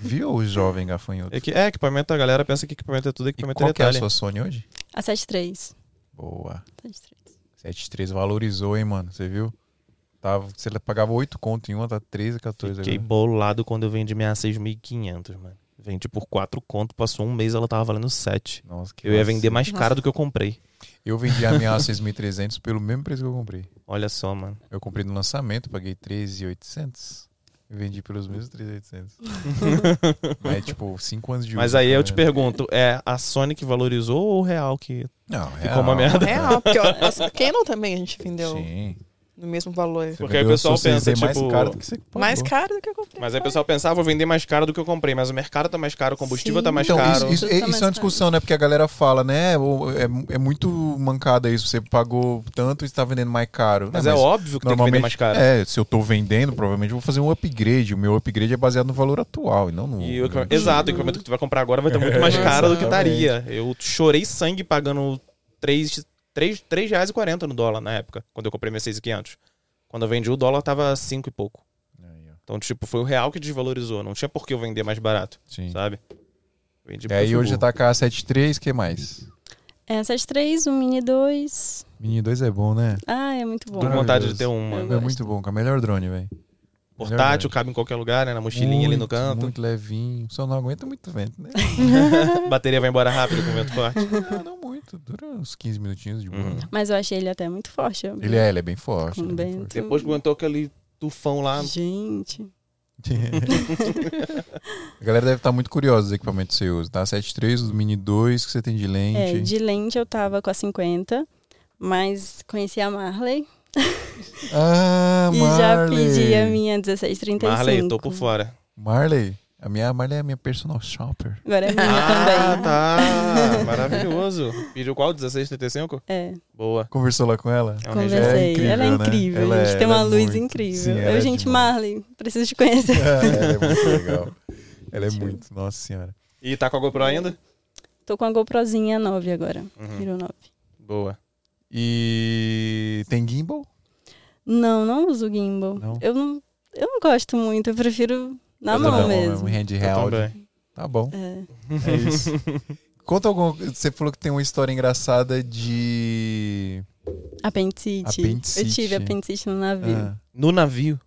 Viu o jovem gafanhoto? É, que, é, equipamento, a galera pensa que equipamento é tudo, E equipamento é qual que é a sua detalhe. Sony hoje? A 73. Boa. 73. 7.3 valorizou, hein, mano? Você viu? Tava, você pagava 8 conto em uma, tá 13, 14 Fiquei agora. bolado quando eu vendi minha 6.500, mano. Vendi por 4 conto, passou um mês, ela tava valendo 7. Nossa, que Eu ia vacilo. vender mais caro do que eu comprei. Eu vendi a minha A6300 pelo mesmo preço que eu comprei. Olha só, mano. Eu comprei no lançamento, paguei 13,800. Eu vendi pelos mesmos <laughs> 3,800. Mas, tipo, 5 anos de uso. Mas aí eu te tá vendo? pergunto, é a Sony que valorizou ou o real que Não, real. ficou uma merda? Real, <laughs> porque ó, essa Canon também a gente vendeu Sim. no mesmo valor. Você Porque aí vendeu o pessoal seu 6D pensa, mais tipo, caro do que você pagou. Mais caro do que eu comprei. Mas aí o pessoal pensava, vou vender mais caro do que eu comprei, mas o mercado tá mais caro, o combustível Sim. tá mais Então, caro. isso, isso- Tudo tá isso mais é uma caro. discussão, né? Porque a galera fala, né? o- É, é muito mancada isso. Você pagou tanto e está vendendo mais caro. Mas Não, é óbvio que tem que vender mais caro. É, se eu tô vendendo, provavelmente eu vou fazer um upgrade. O meu upgrade é baseado no valor atual e não no. né? E o equipa- no- Exato, o equipamento que tu vai comprar agora vai estar muito mais caro do que Uhum. Exatamente. estaria. Eu chorei sangue pagando 3, 3, 3 reais e 40 no dólar na época, quando eu comprei minha 6,500. Quando eu vendi, o dólar tava 5 e pouco. Aí, ó. Então, tipo, foi o real que desvalorizou. Não tinha por que eu vender mais barato, Sim. sabe? tipo, Vendi E aí pro hoje Fibu. tá com a 73, que mais? É, a 73, o Mini 2. Mini 2 é bom, né? Ah, é muito Tô bom. com Maravilhoso. vontade de ter uma. Eu É gosto. muito bom, com a melhor drone, velho. Portátil, cabe em qualquer lugar, né? Na mochilinha ali no Muito, canto. Muito levinho. Só não aguenta muito vento, <laughs> né? Bateria vai embora rápido com o vento forte. não, não muito. Dura uns 15 minutinhos de boa. Uhum. Mas eu achei ele até muito forte. eu- Ele é, ele é bem forte. Com ele é bem bem- forte. Depois que aguentou aquele tufão lá. Gente. a galera deve estar muito curiosa dos equipamentos que você usa, tá? 73, os Mini 2 que você tem de lente. É, de lente eu tava com a 50, mas conheci a Marley Ah, e já Marley. pedi a minha 1635. Marley, tô por fora. Marley. A minha Marley é a minha personal shopper. Agora é minha Ah, também. tá. Maravilhoso. Pediu qual? 16,35? É, Boa. Conversou lá com <laughs> ela? É um regime. conversei. incrível, ela é né? incrível, Ela gente. é- tem uma ela é luz muito- incrível. sim, ela eu, é gente, demais. Marley, preciso te conhecer. <laughs> ela é muito legal. Ela é muito, nossa senhora. E tá com a GoPro ainda? Tô com a GoProzinha 9 agora. Uhum. Hero 9. Boa. E tem gimbal? Não, não uso gimbal. Não? Eu não, eu não gosto muito, eu prefiro na Eu mão Tá bom, mesmo. é um Eu handheld. também. Tá bom. É. É isso. <laughs> Conta alguma. Você falou que tem uma história engraçada de. Apendicite. Eu Apendicite. tive apendicite no navio. Ah, No navio.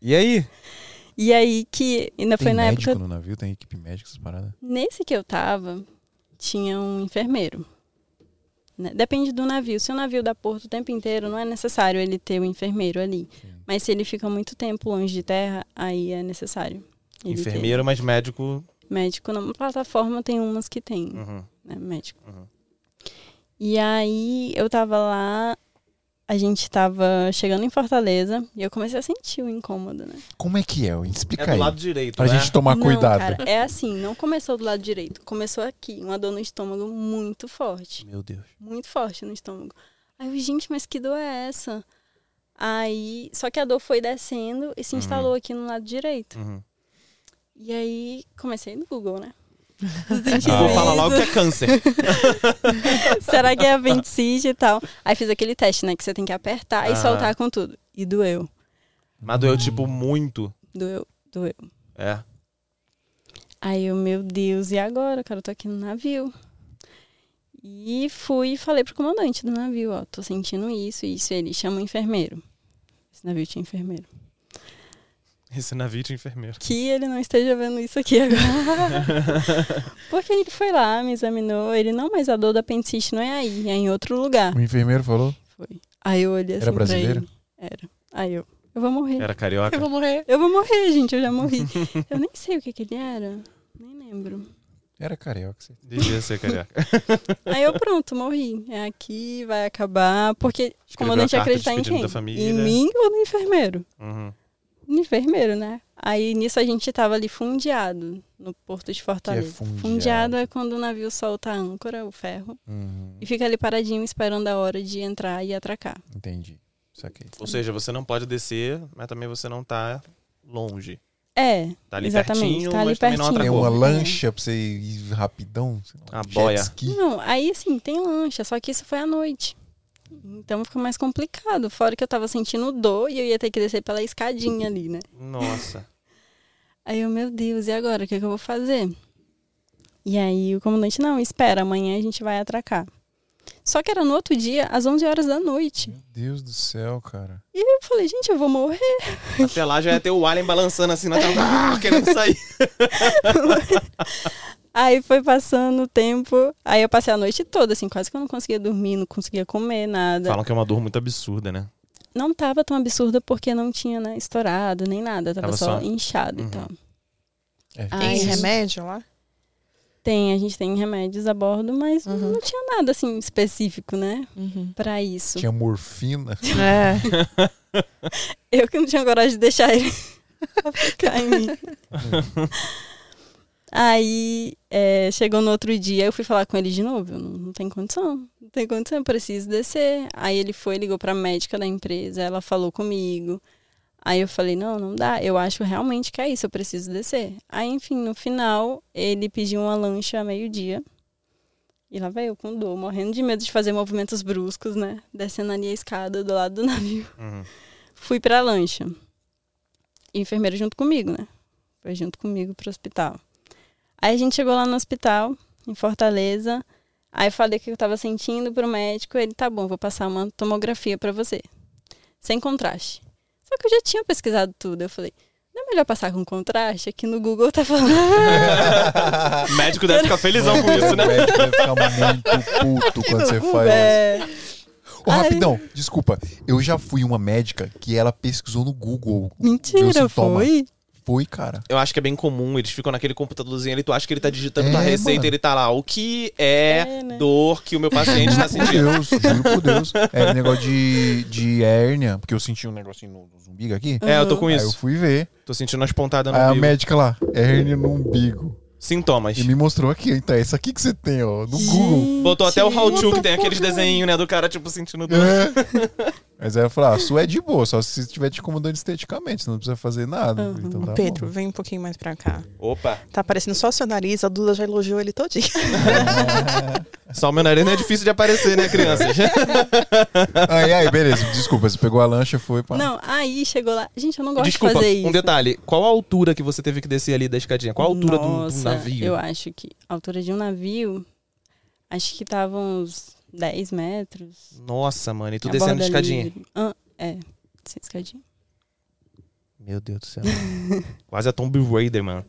E aí? E aí que ainda tem foi na médico época no navio? Tem equipe médica, essas paradas? Nesse que eu tava, tinha um enfermeiro. né? Depende do navio. Se o navio dá porto o tempo inteiro, não é necessário ele ter um enfermeiro ali. Mas se ele fica muito tempo longe de terra, aí é necessário. ele ter. Enfermeiro, mas médico. Médico na plataforma tem umas que tem, Hum. Uhum. né? Médico. Uhum. E aí eu tava lá, a gente tava chegando em Fortaleza e eu comecei a sentir o incômodo, né? Como é que é? Explica É do aí. lado direito, pra né? gente tomar Não, cuidado. cara, é assim, não começou do lado direito, começou aqui, uma dor no estômago muito forte. Meu Deus. muito forte no estômago. Aí eu, gente, mas que dor é essa? Aí, só que a dor foi descendo e se instalou aqui no lado direito. Uhum. E aí comecei no Google, né? Eu Vou falar logo que é <laughs> câncer. Será que é apendicite e tal? Aí fiz aquele teste, né? Que você tem que apertar Ah. e soltar com tudo. E doeu. Mas doeu, tipo, muito. Doeu, doeu. É. Aí eu, meu Deus, e agora? Cara, eu tô aqui no navio. E fui e falei pro comandante do navio, ó, tô sentindo isso, isso. Ele chama o enfermeiro. Esse navio tinha enfermeiro. Esse navio de enfermeiro. Que ele não esteja vendo isso aqui agora. Porque ele foi lá, me examinou. Ele, não, mas a dor da apendicite não é aí, é em outro lugar. O enfermeiro falou. Foi. Aí eu olhei assim Era pra brasileiro? ele. Era. Aí eu, eu vou morrer. Era <laughs> Eu carioca? vou morrer. Eu vou morrer, gente, eu já <laughs> morri. eu nem sei o que que ele era, nem lembro. Era carioca. você- Devia ser carioca. Aí eu pronto, morri. É aqui, vai acabar, porque Escreveu o comandante a ia carta acreditar em despedindo quem? da família. Em mim ou no enfermeiro? Uhum. No enfermeiro, né? Aí nisso a gente tava ali fundeado, no porto de Que é Fortaleza. fundiado. fundeado é quando o navio solta a âncora, o ferro, Uhum, e fica ali paradinho esperando a hora de entrar e atracar. entendi. Saquei. Ou seja, você não pode descer, mas também você não tá longe. É, Tá ali Exatamente, pertinho, tá ali mas também não Tem pertinho. atracou. uma É. lancha pra você ir rapidão? sei lá, A jet boia. ski. Não, aí assim, tem lancha, só que isso foi à noite. Então fica mais complicado. Fora que eu tava sentindo dor e eu ia ter que descer pela escadinha ali, né? Nossa. Aí eu, meu Deus, e agora? O que, é que eu vou fazer? E aí o comandante, não, espera, amanhã a gente vai atracar. Só que era no outro dia, às 11 horas da noite. Meu Deus do céu, cara. E eu falei, gente, eu vou morrer. Até lá já ia ter o alien balançando assim na tela, ah, querendo sair. Aí foi passando o tempo. Aí eu passei a noite toda, assim, quase que eu não conseguia dormir, não conseguia comer <laughs> nada. Falam que é uma dor muito absurda, né? não tava tão absurda porque não tinha né, estourado nem nada, tava, Tava só, só- inchado Uhum. e tal. É, Ah, Tem isso. remédio lá? Tem, a gente tem remédios a bordo, mas Uhum. não tinha nada assim específico, né, <laughs> Uhum. Pra isso. Tinha morfina. É. Eu que não tinha coragem de deixar ele <laughs> ficar em mim. Aí é, chegou no outro dia, eu fui falar com ele de novo. Eu não, não tem condição, não tem condição, eu preciso descer. Aí ele foi, ligou pra médica da empresa, ela falou comigo. Aí eu falei: não, não dá, eu acho realmente que é isso, eu preciso descer. Aí, enfim, no final, ele pediu uma lancha a meio-dia. E lá vai eu com dor, morrendo de medo de fazer movimentos bruscos, né? Descendo ali a escada do lado do navio Uhum. fui pra lancha. E o enfermeiro junto comigo, né? Foi junto comigo pro hospital. Aí a gente chegou lá no hospital, em Fortaleza. Aí falei o que eu tava sentindo pro médico. Ele, tá bom, vou passar uma tomografia pra você. Sem contraste. Só que eu já tinha pesquisado tudo. Eu falei, não é melhor passar com contraste? Aqui no Google tá falando. O médico deve ficar felizão com isso, O né? médico deve ficar muito puto quando você faz. É. Ô, Ai. rapidão, desculpa. Eu já fui uma médica que ela pesquisou no Google. Mentira, um sintoma. foi? Foi, cara. <laughs> Eu acho que é bem comum, eles ficam naquele computadorzinho ali, tu acha que ele tá digitando tua É, receita, mano. ele tá lá, o que é, É, né? dor que o meu paciente <laughs> tá Por sentindo? Deus, juro por Deus. É negócio de, de hérnia, porque eu senti um negocinho no, no umbigo aqui. É, eu tô com Aí eu isso. fui ver. Tô sentindo umas pontadas no Aí a umbigo. médica lá, hérnia no umbigo. Sintomas. E me mostrou aqui, então, é isso aqui que você tem, ó, no Google. Botou até o Gente. how-to, que tem aqueles desenhos, né, do cara, tipo, sentindo dor. É. Mas aí ela falou, ah, a sua é de boa, só se estiver te incomodando esteticamente, você não precisa fazer nada. Uhum. Então tá bom. Pedro, vem um pouquinho mais pra cá. É. Opa, Tá aparecendo só seu nariz, a Duda já elogiou ele todinho. só o meu nariz não é difícil de aparecer, né, <laughs> crianças? Aí, aí, beleza, desculpa, você pegou a lancha, foi pra... Não, aí chegou lá. Gente, eu não gosto Desculpa, de fazer isso. um detalhe, qual a altura que você teve que descer ali da escadinha? Qual a altura do- do, Nossa, um navio? Eu acho que a altura de um navio, acho que tava uns 10 metros. Nossa, mano, e tu A descendo de É borda escadinha? livre. Ah, é, sem escadinha. Meu Deus do céu. Quase a Tomb Raider, mano.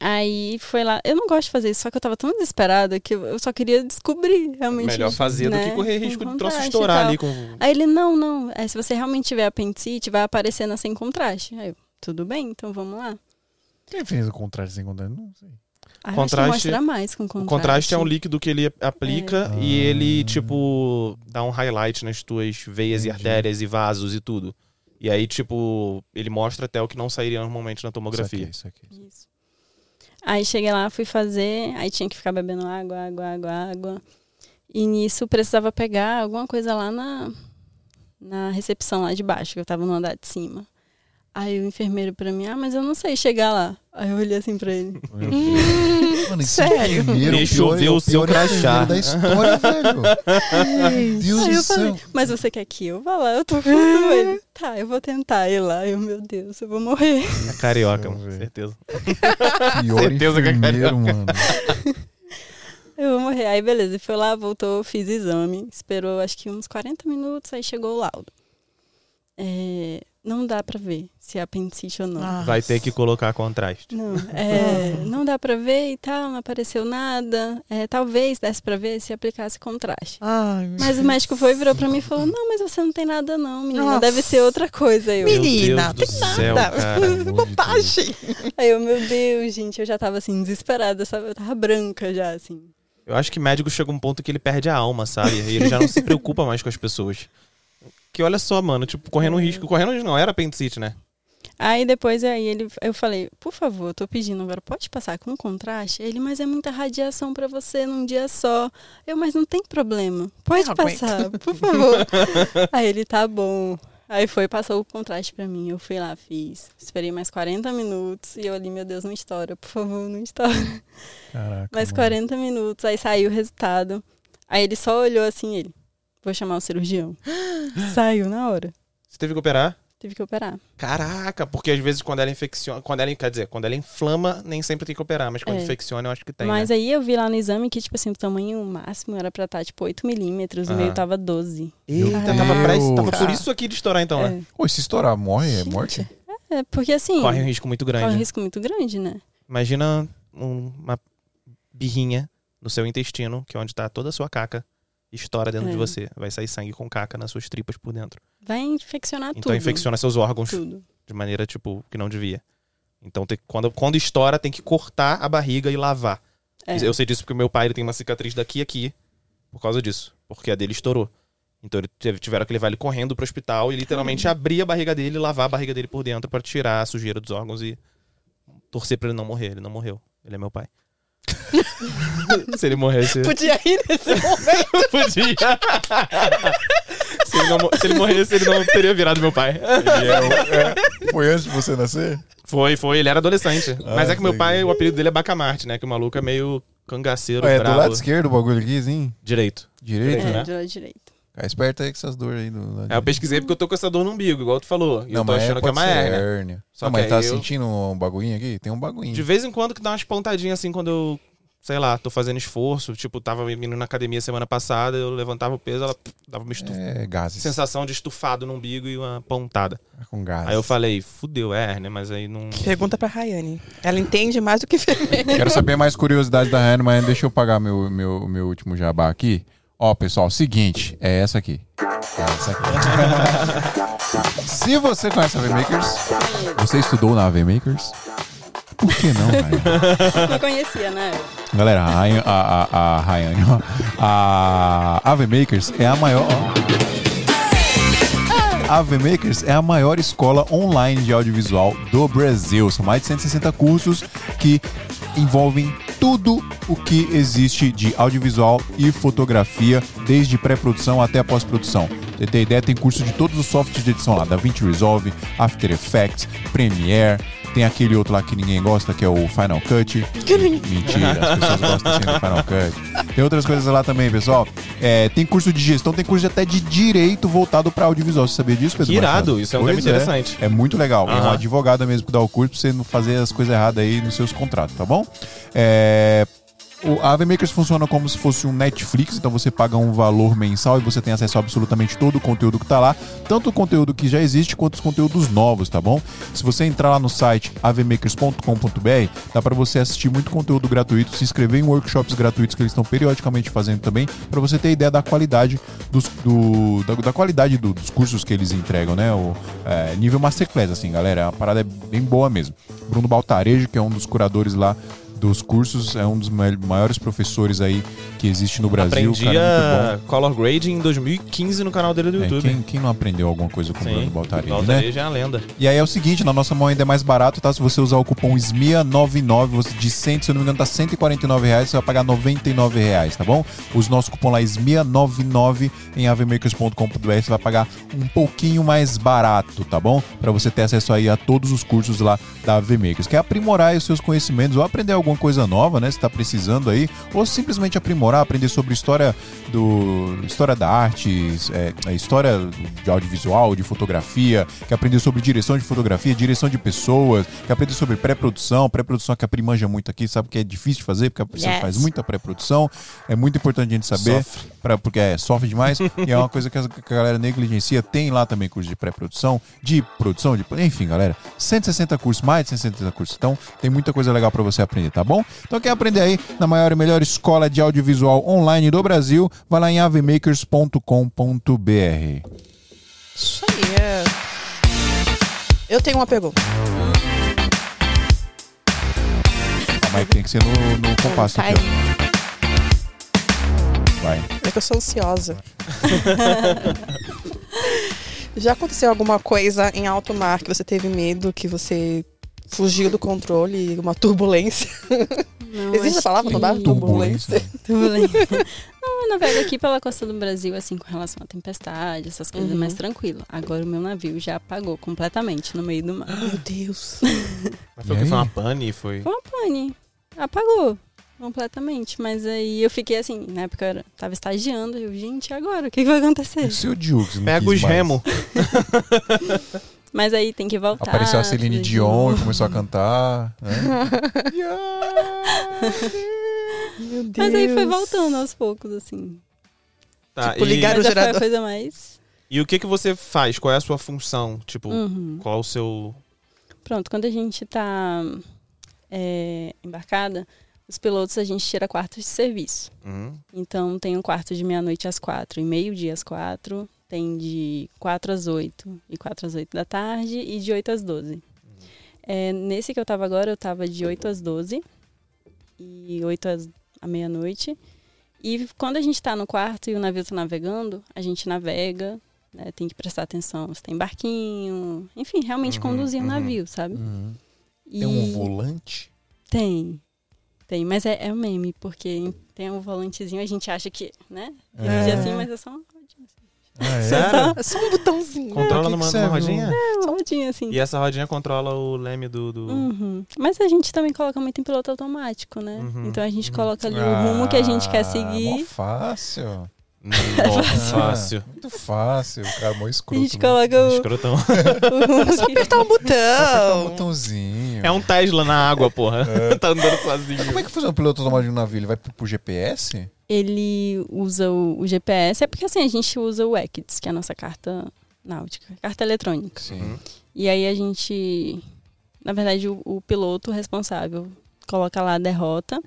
Aí foi lá. Eu não gosto de fazer isso, só que eu tava tão desesperada que eu eu só queria descobrir realmente. Melhor fazer do né, que correr com risco de troço contraste e estourar tal. ali com... Aí ele, não, não. É, se você realmente tiver apendicite, vai aparecer na sem contraste. Aí eu, tudo bem, então vamos lá. Quem fez o contrário sem contrário? Não sei. Aí Contraste- contraste, mostra mais com O contraste. contraste é um líquido que ele aplica É. e Ah. ele, tipo, dá um highlight nas tuas veias e Entendi. artérias e vasos e tudo. E aí, tipo, ele mostra até o que não sairia normalmente na tomografia. Isso aqui, isso aqui. Isso. Aí cheguei lá, fui fazer, aí tinha que ficar bebendo água, água, água, água. E nisso precisava pegar alguma coisa lá na, na recepção lá de baixo, que eu tava no andar de cima. Aí o enfermeiro pra mim, ah, mas eu não sei chegar lá. Aí eu olhei assim <laughs> pra ele. Meu <laughs> Deus. Mano, esse sério? enfermeiro, Deixa pior- eu ver o pior seu enfermeiro crachá. da <laughs> história, velho. Meu Deus Aí do eu falei, céu. mas você quer que eu vá lá? Eu tô <laughs> com ele. Tá, eu vou tentar ir lá. Eu, meu Deus, eu vou morrer. É carioca, Deixa eu mano, ver. certeza. Pior Certeza que é enfermeiro, mano. Eu vou morrer. Aí beleza, foi lá, voltou, fiz exame. Esperou acho que uns 40 minutos, aí chegou o laudo. É, não dá pra ver se é apendicite ou não. Ah. Vai ter que colocar contraste. Não, é, não dá pra ver e tal, não apareceu nada. É, talvez desse pra ver se aplicasse contraste. Ai, meu Mas o médico foi, virou pra mim e falou: Não, mas você não tem nada, não, menina. Nossa. Deve ser outra coisa. Aí eu, Meu Menina, Meu Deus tem do céu, nada. cara. Bobagem. aí eu, meu Deus, gente, eu já tava assim, desesperada, sabe? Eu tava branca já, assim. Eu acho que médico chega um ponto que ele perde a alma, sabe? E ele já <laughs> não se preocupa mais com as pessoas. Que olha só, mano, tipo, É. correndo risco. Correndo risco não, era apendicite, né? Aí depois aí ele, eu falei: Por favor, eu tô pedindo agora, pode passar com um contraste? Ele, mas é muita radiação pra você num dia só. Eu, mas não tem problema. Pode Eu aguento." passar, por favor. <laughs> aí ele, tá bom. Aí foi, passou o contraste pra mim. Eu fui lá, fiz. Esperei mais 40 minutos e eu ali, meu Deus, não estoura, por favor, não estoura. <laughs> Caraca, Mais mano. 40 minutos, aí saiu o resultado. Aí ele só olhou assim, ele, vou chamar o cirurgião. saiu na hora. Você teve que operar? Tive que operar. Caraca, porque às vezes quando ela infecciona. Quando ela, quer dizer, quando ela inflama, nem sempre tem que operar, mas quando É. infecciona, eu acho que tem. Mas né? aí eu vi lá no exame que, tipo assim, o tamanho máximo era pra estar, tipo, 8 milímetros, o Aham. meio tava 12. Eita, tava, pra isso- tava Deus. por isso aqui de estourar, então, né? Ô, se estourar, morre? É morte? É, porque assim, Corre um risco muito grande. corre um risco muito grande, né? Imagina um- uma birrinha no seu intestino, que é onde tá toda a sua caca, estoura dentro É. de você. Vai sair sangue com caca nas suas tripas por dentro. Vai infeccionar Então tudo. infecciona seus órgãos Tudo. de maneira, tipo, que não devia. Então, tem- quando, quando estoura, tem que cortar a barriga e lavar. É. Eu sei disso porque o meu pai ele tem uma cicatriz daqui e aqui por causa disso. Porque a dele estourou. Então ele teve- tiveram que levar ele correndo pro hospital e literalmente abrir a barriga dele e lavar a barriga dele por dentro pra tirar a sujeira dos órgãos e torcer pra ele não morrer. Ele não morreu. Ele é meu pai. Se ele morresse. Podia ir nesse <laughs> momento. Podia! se, ele não mo- se ele morresse, ele não teria virado meu pai. Ele é o- é, <laughs> foi antes de você nascer? Foi, foi, ele era adolescente. <laughs> Ah, Mas é que meu entendi. pai, o apelido dele é Bacamarte, né? Que o maluco é meio cangaceiro, É, do brabo. lado esquerdo o bagulho aqui, assim? Direito. Direito, Direito, né? né? É, do lado direito. Fica esperto aí com essas dores aí do lado É, eu direito. pesquisei porque eu tô com essa dor no umbigo, igual tu falou. E eu tô Uhum. mas achando que é pode uma ser hérnia. hérnia. Só não, que mas tá aí eu- sentindo um bagulhinho aqui? Tem um bagulhinho. De vez em quando que dá umas pontadinhas assim quando eu, sei lá, tô fazendo esforço. Tipo, tava indo na academia semana passada, eu levantava o peso, ela pff, dava uma estu- É, gases. É sensação de estufado no umbigo e uma pontada. Com gases. Aí eu falei, fudeu, é hérnia, mas aí não... Pergunta pra Rayane. Ela entende mais do que <laughs> enfermeira. Quero saber mais curiosidades da Ryan, mas deixa eu pagar meu, meu, meu último jabá aqui. Ó, pessoal, seguinte, é essa aqui. É essa aqui. Se você conhece a V-Makers, você estudou na V-Makers, por que não, Ryan? Não conhecia, né? Galera, a Ryan, a, a, a Ryan, <laughs> ó. a, a V-Makers é a maior... A VMakers é a maior escola online de audiovisual do Brasil. São mais de 160 cursos que envolvem tudo o que existe de audiovisual e fotografia, desde pré-produção até a pós-produção. Pra Você ter ideia, tem curso de todos os softwares de edição lá, DaVinci Resolve, After Effects, Premiere, tem aquele outro lá que ninguém gosta, que é o Final Cut. Mentira, as pessoas gostam sempre do Final Cut. Tem outras coisas lá também, pessoal. É, tem curso de gestão, tem curso até de direito voltado para audiovisual. Você sabia disso, Pedro? Que irado, Machado? isso é um tema Pois interessante. É muito legal. É Aham. uma advogada mesmo que dá o curso pra você não fazer as coisas erradas aí nos seus contratos, tá bom? É, o- a AVMakers funciona como se fosse um Netflix, então você paga um valor mensal e você tem acesso a absolutamente todo o conteúdo que tá lá, tanto o conteúdo que já existe quanto os conteúdos novos, tá bom? Se você entrar lá no site avmakers.com.br, dá para você assistir muito conteúdo gratuito, se inscrever em workshops gratuitos que eles estão periodicamente fazendo também, para você ter ideia da qualidade dos, do- da, da qualidade do- dos cursos que eles entregam, né? O, é, nível Masterclass, assim, galera. A parada é bem boa mesmo. Bruno Baltarejo, que é um dos curadores lá do- dos cursos, é um dos mai- maiores professores aí que existe no Brasil. Aprendi cara, é muito bom. a color grading em 2015 no canal dele do É, YouTube. quem, quem não aprendeu alguma coisa com o Bruno Baltarini, né? Baltarejo é a lenda. E aí é o seguinte, na nossa mão ainda é mais barato, tá? Se você usar o cupom SMIA99, você de 100, se eu não me engano, tá R$ 149 reais, você vai pagar R$ 99 reais, tá bom? Usa o nosso cupom lá, SMIA99, em avemakers.com.br, você vai pagar um pouquinho mais barato, tá bom? Pra você ter acesso aí a todos os cursos lá da AveMakers. Quer aprimorar aí os seus conhecimentos ou aprender alguma coisa nova, né? Se tá precisando aí, ou simplesmente aprimorar, aprender sobre história do história da arte, é, história de audiovisual, de fotografia, quer aprender sobre direção de fotografia, direção de pessoas, quer aprender sobre pré-produção, pré-produção é que a Pri manja muito aqui, sabe que é difícil de fazer, porque a pessoa Yes. faz muita pré-produção, é muito importante a gente saber, pra, porque é, sofre demais, e é uma coisa que a que a galera negligencia, tem lá também curso de pré-produção, de produção, de, enfim, galera, 160 cursos, mais de 160 cursos, então tem muita coisa legal pra você aprender, tá bom? Então quer aprender aí na maior e melhor escola de audiovisual online do Brasil, vai lá em avemakers.com.br. Isso aí é. Eu tenho uma pergunta. Mas tem que ser no, no compasso aqui, ó. Vai. É que eu sou ansiosa. <laughs> Já aconteceu alguma coisa em alto mar que você teve medo, que você fugiu do controle, uma turbulência? Não, Existe a acho palavra que- no bar? <laughs> Turbulência. Turbulência. Não, eu navego aqui pela costa do Brasil, assim, com relação à tempestade, essas coisas, é Uhum. mais tranquilo. Agora o meu navio já apagou completamente no meio do mar. <laughs> Meu Deus. Mas foi o E que? aí? Foi uma pane? Foi. Foi uma pane. Apagou completamente. Mas aí eu fiquei assim, na época eu era- tava estagiando, eu, gente, e agora? O que, que vai E acontecer? seu Dukes não Pega quis os mais? remo. <laughs> Mas aí tem que voltar. Apareceu a Celine tudo de Dion e novo. começou a cantar. Né? Meu Deus. Mas aí foi voltando né? aos poucos, assim. Tá, Tipo, e, ligar- Era o Mas já foi a gerador. coisa mais. e o que, que você faz? Qual é a sua função? Tipo, Uhum. qual o seu. Pronto, quando a gente tá é, embarcada, os pilotos a gente tira quartos de serviço. Hum, Então tem um quarto de meia-noite às quatro e meio-dia às quatro. Tem de quatro às oito e quatro às oito da tarde e de oito às doze. É, nesse que eu tava agora, eu tava de oito às doze e oito às à meia-noite. E quando a gente tá no quarto e o navio tá navegando, a gente navega, né, tem que prestar atenção se tem barquinho, enfim, realmente Uhum, conduzir o uhum. navio, sabe? Tem um volante? Tem. Tem, mas é, é um meme, porque tem um volantezinho, a gente acha que, né? É. É. assim, mas é só uma Ah, é? Sério? É só um botãozinho. Pra que Controla que é, numa, serve numa rodinha? uma rodinha, assim. E essa rodinha controla o leme do. do- Uhum. Mas a gente também coloca muito em piloto automático, né? Uhum, Então a gente uhum. coloca ali o rumo que a gente quer Ah, mó seguir. fácil. Nossa, fácil. Ah, muito fácil. O cara é mó A escroto. gente né? coloca o, Escrotão. o rumo que... Apertar Apertar um um botão. botãozinho. É um Tesla na água, porra. <laughs> tá andando um- sozinho. Como é que funciona o piloto automático de um navio? Ele vai pro, pro GPS? Ele usa o, o GPS, é porque assim, a gente usa o ECDS, que é a nossa carta náutica, carta eletrônica. Sim. E aí a gente, na verdade, o, o piloto responsável coloca lá a derrota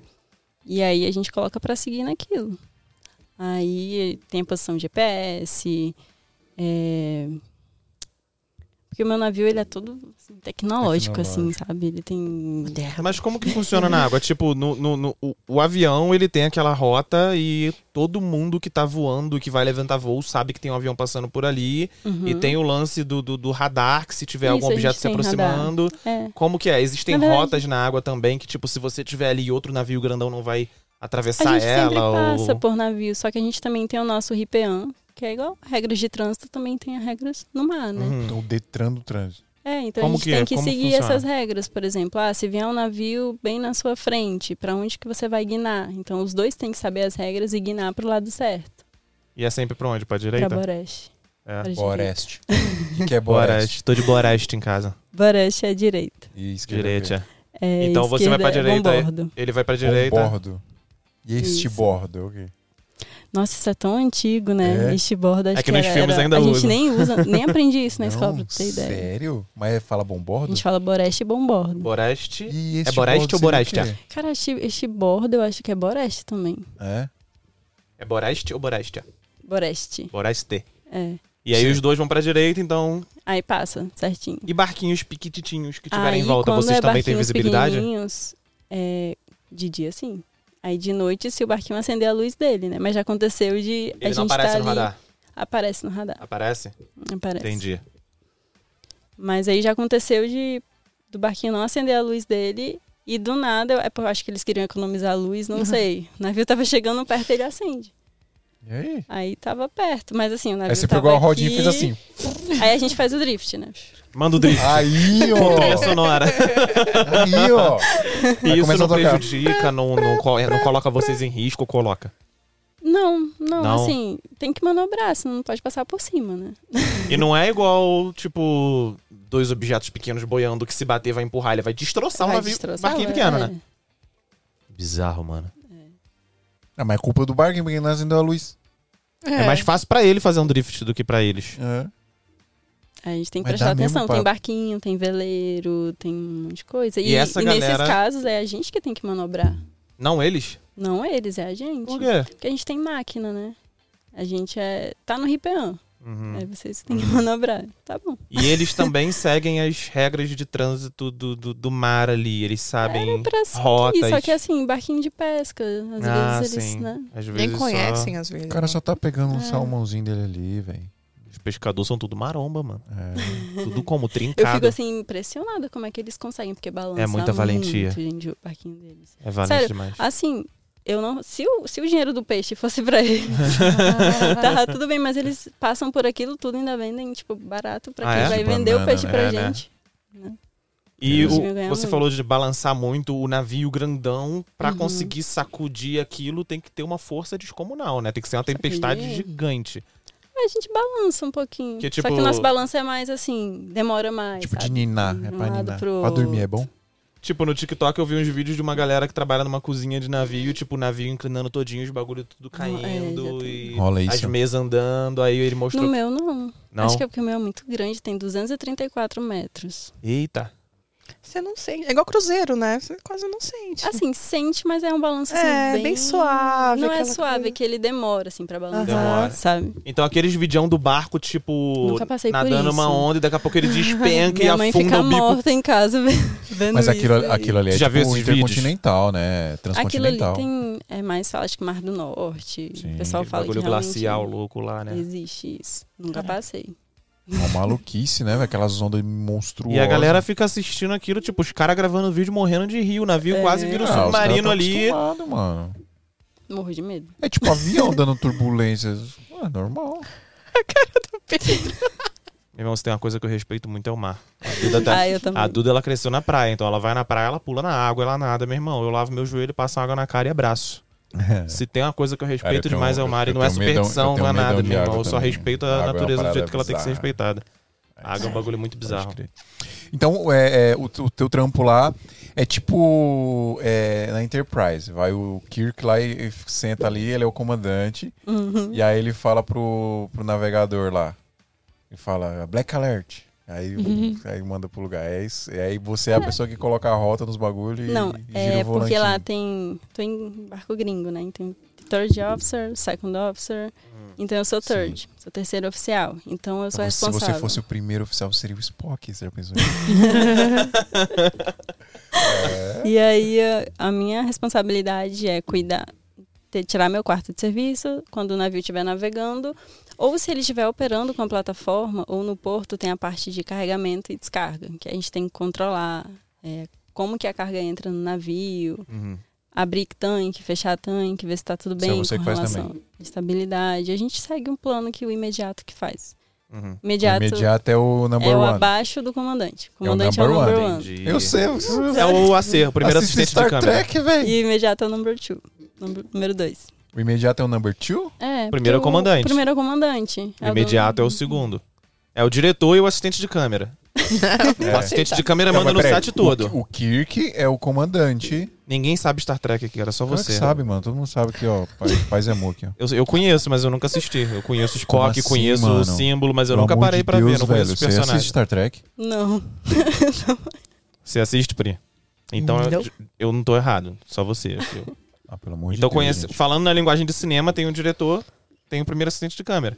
e aí a gente coloca pra seguir naquilo. Aí tem a posição GPS, é... porque o meu navio ele é todo assim, tecnológico, assim, sabe? Ele tem Mas como que funciona na água? Tipo, no, no- no- o, o avião ele tem aquela rota e todo mundo que tá voando, que vai levantar voo, sabe que tem um avião passando por ali. Uhum. E tem o lance do, do, do radar, que se tiver Isso, algum a gente objeto se tem aproximando. É. Como que é? Existem Na verdade- rotas na água também que, tipo, se você tiver ali e outro navio grandão não vai atravessar A gente ela. sempre passa né? ou... por navio, só que a gente também tem o nosso RIPEAN, que é igual regras de trânsito, também tem as regras no mar, né? Uhum. Então, o Detran do trânsito. É, então Como a gente que é? tem que Como seguir funciona? essas regras, por exemplo, ah, se vier um navio bem na sua frente, pra onde que você vai guinar? Então os dois têm que saber as regras e guinar pro lado certo, E é sempre pra onde? Pra pra direita? Boreste. É. pra direita. Boreste. O que, que <laughs> é Boreste? Boreste. Tô de Boreste em casa. Boreste é a direita. E esquerda Direita. é. É, Então você vai esquerda pra é direita, é? bombordo. Ele vai pra é verde. direita. Com bordo. E este Isso. bordo? é ok. Nossa, isso é tão antigo, né? É. Este bordo acho É que que nos era- filmes era- ainda A gente usam. nem <laughs> usa, nem aprendi isso na Não, escola, pra tu ter ideia. Sério? Mas fala bom A bordo? gente fala Boreste e bombordo. Boreste. E É Boreste bordo ou seria o Boreste? quê? Cara, este, este bordo eu acho que é Boreste também. É? É Boreste ou Boreste? Boreste. Boreste. É. E aí Sim. os dois vão pra direita, então. Aí passa, certinho. E barquinhos piquititinhos que tiverem Aí, em volta, quando vocês é também têm barquinhos visibilidade? pequenininhos, é, De dia, sim. Aí de noite, se o barquinho acender a luz dele, né? Mas já aconteceu de a Ele não gente aparece tá no ali. radar. Aparece no radar. Aparece? Aparece. Entendi. Mas aí já aconteceu de do barquinho não acender a luz dele e do nada, eu, é porque eu acho que eles queriam economizar a luz, não sei. O navio tava chegando perto, ele acende. E aí? Aí tava perto, mas assim, o navio Aí você tava pegou a rodinha aqui, e fez assim. Aí a gente faz o drift, né? Manda o <laughs> drift. Aí, Com trilha ó. sonora. Aí, ó. E isso começar não a tocar. prejudica, não, não, co- é, não coloca vocês em risco, coloca. Não, não, Não. assim, tem que manobrar, senão não pode passar por cima, né? E não é igual, tipo, dois objetos pequenos boiando que se bater vai empurrar, ele vai destroçar um Vai navio, destroçar, barquinho vai- pequeno, é. né? Bizarro, mano. Não, mas é culpa do barco, porque não acendeu a luz. É. mais fácil pra ele fazer um drift do que pra eles. É. A gente tem que Mas dá prestar mesmo atenção. pra- Tem barquinho, tem veleiro, tem um monte de coisa. E, E essa e galera- nesses casos é a gente que tem que manobrar. Não eles? Não eles, é a gente. Por quê? Porque a gente tem máquina, né? A gente é. tá no Ripean. Uhum. Aí vocês têm que manobrar. Tá bom. E eles também seguem as regras de trânsito do, do, do mar ali. Eles sabem Pra seguir, rotas. só que assim, barquinho de pesca. Às ah, vezes eles, sim. né? Às vezes Nem conhecem, às vezes. né? O cara só tá pegando um Ah. salmãozinho dele ali, velho. Só... Os pescadores são tudo maromba, mano. É. Tudo como <laughs> Eu trincado. fico assim, impressionada como é que eles conseguem, porque balança. É muita valentia. Muito, gente, o barquinho deles. É valente Sério, demais. Assim, eu não. Se o, se o dinheiro do peixe <laughs> fosse pra <laughs> eles, tá tudo bem, mas eles passam por aquilo tudo e ainda vendem, tipo, barato pra Ah, quem é? vai De vender banana, o peixe né? pra É, né? gente. E Eles o- iam ganhar você muito. falou de balançar muito o navio grandão pra Uhum. conseguir sacudir aquilo, tem que ter uma força descomunal, né? Tem que ser uma tempestade Sacudir. gigante. A gente balança um pouquinho. Que, Só tipo- que o nosso balanço é mais assim, demora mais. Tipo de sabe? ninar, é De um pra lado ninar. pro Pra dormir é bom? Tipo, no TikTok eu vi uns vídeos de uma galera que trabalha numa cozinha de navio, tipo, o navio inclinando todinho, os bagulho tudo é, caindo já e Rola as isso. mesas andando, aí ele mostrou. No meu, não. Não. Acho que é porque o meu é muito grande, tem 234 metros. Eita. Você não sente. É igual cruzeiro, né? Você quase não sente. Tipo Assim, sente, mas é um balanço assim, é, bem, bem... suave. Não é aquela suave, é coisa. que ele demora, assim, pra balançar, <laughs> Demora. sabe? Então aqueles vidão do barco, tipo, Nunca passei por nadando isso. uma onda e daqui a <laughs> pouco ele despenca e Minha mãe afunda fica o bico. morta em casa <laughs> vendo Mas aquilo, isso aí. aquilo ali é Você já viu tipo esses vídeos? intercontinental, né? né? Aquilo ali Transcontinental. tem... É mais, fala, acho que Mar do Norte. Sim. o pessoal Aquele fala que bagulho realmente é. glacial louco lá, né? existe isso. Nunca Caraca. passei. É uma maluquice, né? véi? Aquelas ondas monstruosas. E a galera fica assistindo aquilo, tipo, os caras gravando vídeo morrendo de rio. O navio É. Ah, quase vira um submarino ali. Acostumado, mano. Morro de medo. É tipo avião dando turbulências. É normal. Meu irmão, se tem uma coisa que eu respeito muito é o mar. A <laughs> Duda, tá- Ah, eu também. a Duda, ela cresceu na praia, então ela vai na praia, ela pula na água, ela nada, meu irmão. Eu lavo meu joelho, passo água na cara e abraço. Se tem uma coisa que eu É. Cara, eu respeito tenho- um- demais é o mar, e eu não é tenho medão- superstição, eu tenho não é medão nada, de meu irmão. água Eu só também. respeito Água é a uma natureza do parada jeito que ela tem que ser bizarra. respeitada. A água é um bagulho muito bizarro. Pode crer. Então, é, é, o, t- o teu trampo lá é tipo é, na Enterprise. Vai o Kirk lá e e senta ali, ele é o comandante. Uhum. E aí ele fala pro, pro navegador lá. Ele fala, Black Alert. <laughs> Aí, Uhum. aí manda pro lugar. É isso. E aí você é a pessoa que coloca a rota nos bagulhos e, Não, e gira é o volante. né? porque lá tem. Tô em barco gringo, né? Então, third officer, second officer. Então eu sou third, sou terceiro oficial. Então eu sou Hum. Se responsável. você fosse o primeiro oficial, seria o Spock, você já pensou? <laughs> <laughs> É. E aí a- a minha responsabilidade é cuidar, ter, tirar meu quarto de serviço quando o navio estiver navegando. Ou se ele estiver operando com a plataforma, ou no porto tem a parte de carregamento e descarga, que a gente tem que controlar é, como que a carga entra no navio, Uhum. abrir tanque, fechar tanque, ver se está tudo Isso é bem você com que faz relação à estabilidade. A gente segue um plano que o imediato que faz. Uhum. <laughs> Imediato, Imediato é o number é o one. abaixo do comandante. Comandante é o number number, one. Entendi. Eu sei. <laughs> Eu É o acervo, o primeiro assisto assistente de Star câmera. Trek, velho. E o imediato é o number two, number- número dois. O imediato é o number two? É, Primeiro é o porque comandante. Primeiro é o comandante. O imediato é o segundo. É o diretor e o assistente de câmera. O assistente de câmera Não, manda mas no peraí, site todo. O, o Kirk é o comandante. Ninguém sabe Star Trek aqui, era só Você você. que sabe, mano. Todo mundo sabe que, ó, paz, paz e amor aqui, ó. Eu, eu conheço, mas eu nunca assisti. Eu conheço os Como Spock, assim, conheço mano? o símbolo, mas eu Pelo nunca amor parei de pra Deus, ver, não velho, conheço os Você personagens. assiste Star Trek? Não. Você assiste, Pri? Então eu, Não. eu não tô errado, só você. eu- Ah, pelo amor de então Deus. conhece, gente. falando na linguagem de cinema, tem o diretor, tem o primeiro assistente de câmera.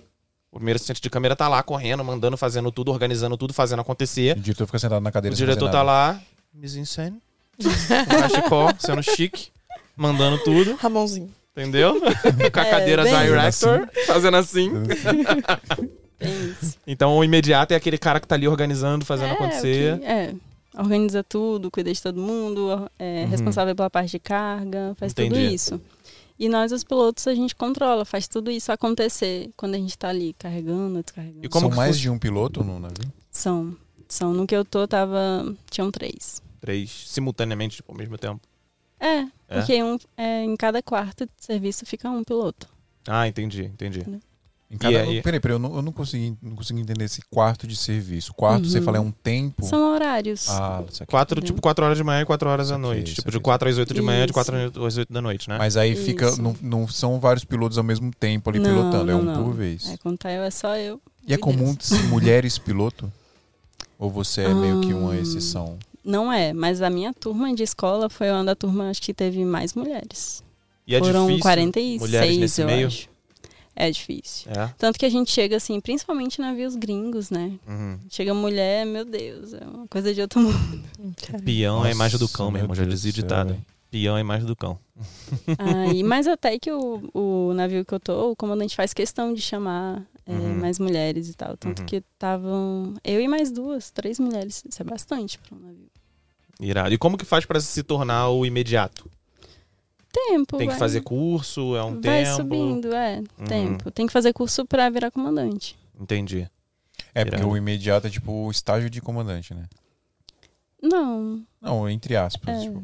O primeiro assistente de câmera tá lá correndo, mandando, fazendo tudo, organizando tudo, fazendo acontecer. O diretor fica sentado na O tá cadeira. sem diretor fazer tá nada. lá, mise en scène, com cachecol, sendo chique. mandando tudo, Ramonzinho. entendeu? Com a cadeira É, bem- director, fazendo assim. <laughs> Tem isso. Então o imediato é aquele cara que tá ali organizando, fazendo É, acontecer. o que- é. Organiza tudo, cuida de todo mundo, é Uhum. responsável pela parte de carga, faz tudo Entendi. isso. E nós, os pilotos, a gente controla, faz tudo isso acontecer quando a gente tá ali carregando, descarregando. E como São que mais fun- de um piloto no navio? São. São. No que eu tô, tava. Tinham três. Três, simultaneamente, tipo, ao mesmo tempo. É, É? porque um, é, em cada quarto de serviço fica um piloto. Ah, entendi, entendi. Uhum. Em cada... aí? Peraí, peraí, eu não, eu não consegui, não consegui entender esse quarto de serviço. Quarto, você Uhum. fala, é um tempo? São horários. Ah, isso aqui. Quatro, Entendeu? tipo, quatro horas de manhã e quatro horas Isso à aqui, noite. isso tipo, de aqui. quatro às oito de manhã, de Isso. quatro às oito da noite, né? Mas aí fica, Isso. não, não são vários pilotos ao mesmo tempo ali Não, pilotando, é não, um não. por vez. É, contar eu é só eu. E é Meu comum Deus. ser mulheres piloto? Ou você é meio que uma Hum. exceção? Não é, mas a minha turma de escola foi uma da turma acho que teve mais mulheres. E é Foram difícil. 46, mulheres nesse eu meio? acho. É difícil. É. Tanto que a gente chega assim, principalmente em navios gringos, né? Uhum. Chega mulher, meu Deus, é uma coisa de outro <laughs> mundo. Peão é a imagem do cão, Nossa, meu irmão. Já Deus dizia o do céu, ditado. velho. Peão é a imagem do cão. Aí, mas até que o, o navio que eu tô, o comandante faz questão de chamar é, Uhum. mais mulheres e tal. Tanto Uhum. que estavam eu e mais duas, três mulheres. Isso é bastante para um navio. Irado. E como que faz pra se tornar o imediato? Tempo. Tem que Tipo, vai- fazer curso, é um Vai tempo. subindo, é. Uhum. Tempo. Tem que fazer curso pra virar comandante. Entendi. É, porque Irado. o imediato é tipo o estágio de comandante, né? Não. Não, entre aspas. É, Tipo,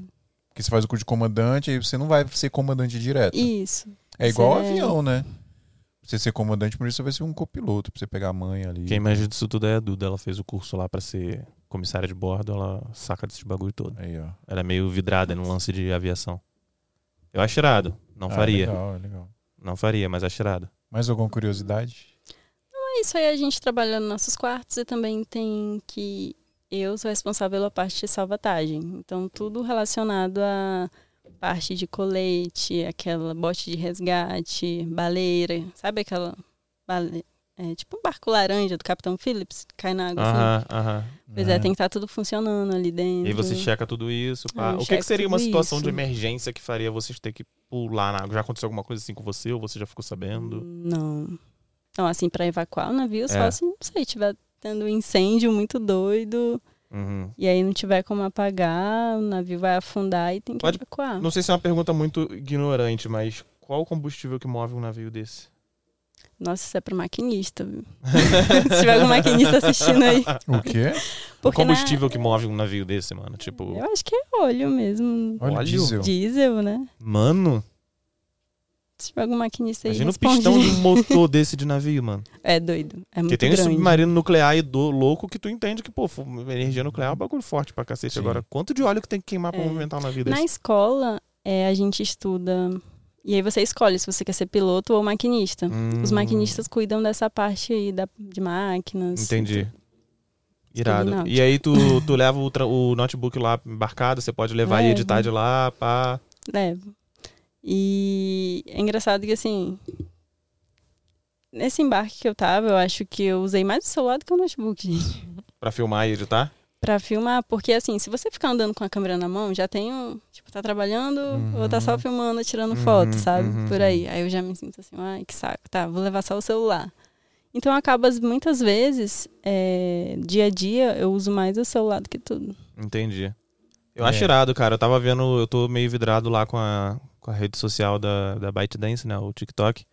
porque você faz o curso de comandante, aí você não vai ser comandante direto. isso. é igual você- avião, né? Pra você ser comandante, por isso você vai ser um copiloto, pra você pegar a mãe ali. Quem imagina disso tudo é a Duda. Ela fez o curso lá pra ser comissária de bordo, ela saca desse bagulho todo. Aí, ó. Ela é meio vidrada no lance de aviação. Eu acho irado. Não Ah, faria. Legal, legal. Não faria, mas acho irado. Mais alguma curiosidade? É isso aí, a gente trabalha nos nossos quartos e também tem que. Eu sou responsável pela parte de salvatagem. Então, tudo relacionado à parte de colete, aquela bote de resgate, baleira, sabe aquela. bale- é, tipo um barco laranja do Capitão Phillips, que cai na água. assim. Aham, aham. Pois Né? é, tem que estar tudo funcionando ali dentro. E aí você checa tudo isso. pá. Eu O que, checo que seria uma Uhum. Ah, tudo situação de isso. emergência que faria vocês ter que pular na água? Já aconteceu alguma coisa assim com você ou você já ficou sabendo? Não. Não, assim, pra evacuar o navio, É. só se, não sei, tiver tendo um incêndio muito doido Uhum. e aí não tiver como apagar, o navio vai afundar e tem que Pode- evacuar. Não sei se é uma pergunta muito ignorante, mas qual o combustível que move um navio desse? Nossa, isso é pro maquinista, viu? <laughs> se tiver algum maquinista assistindo aí. O <laughs> quê? O Porque na- combustível que move um navio desse, mano. Tipo, Eu acho que é óleo mesmo. Olha o Óleo. diesel. Diesel, né? mano, Se tiver algum maquinista aí, imagina o responde. <laughs> pistão de um motor desse de navio, mano. É doido. É muito Porque tem um grande. submarino nuclear e do louco que tu entende que, pô, fu- energia nuclear é um bagulho forte pra cacete. Sim. Agora, quanto de óleo que tem que queimar pra É. movimentar um navio Na desse? escola, é, a gente estuda. E aí você escolhe se você quer ser piloto ou maquinista. Os Hum, maquinistas cuidam dessa parte aí da, de máquinas. Entendi. Tudo Irado. náutico. E aí tu, tu leva o, tra- o notebook lá embarcado, você pode levar e Levo. editar de lá, pá. Levo. E é engraçado que, assim. Nesse embarque que eu tava, eu acho que eu usei mais o celular do que o notebook, gente. Pra filmar e editar? Pra filmar, porque assim, se você ficar andando com a câmera na mão, já tem um. Tipo, tá trabalhando ou tá só filmando, tirando Uhum, foto, sabe? uhum, Por aí. Aí eu já me sinto assim, ai, que saco. Tá, vou levar só o celular. Então acaba, muitas vezes, é, dia a dia, eu uso mais o celular do que tudo. Entendi. Eu É. acho irado, cara. Eu tava vendo, eu tô meio vidrado lá com a, com a rede social da, da ByteDance, né? O TikTok.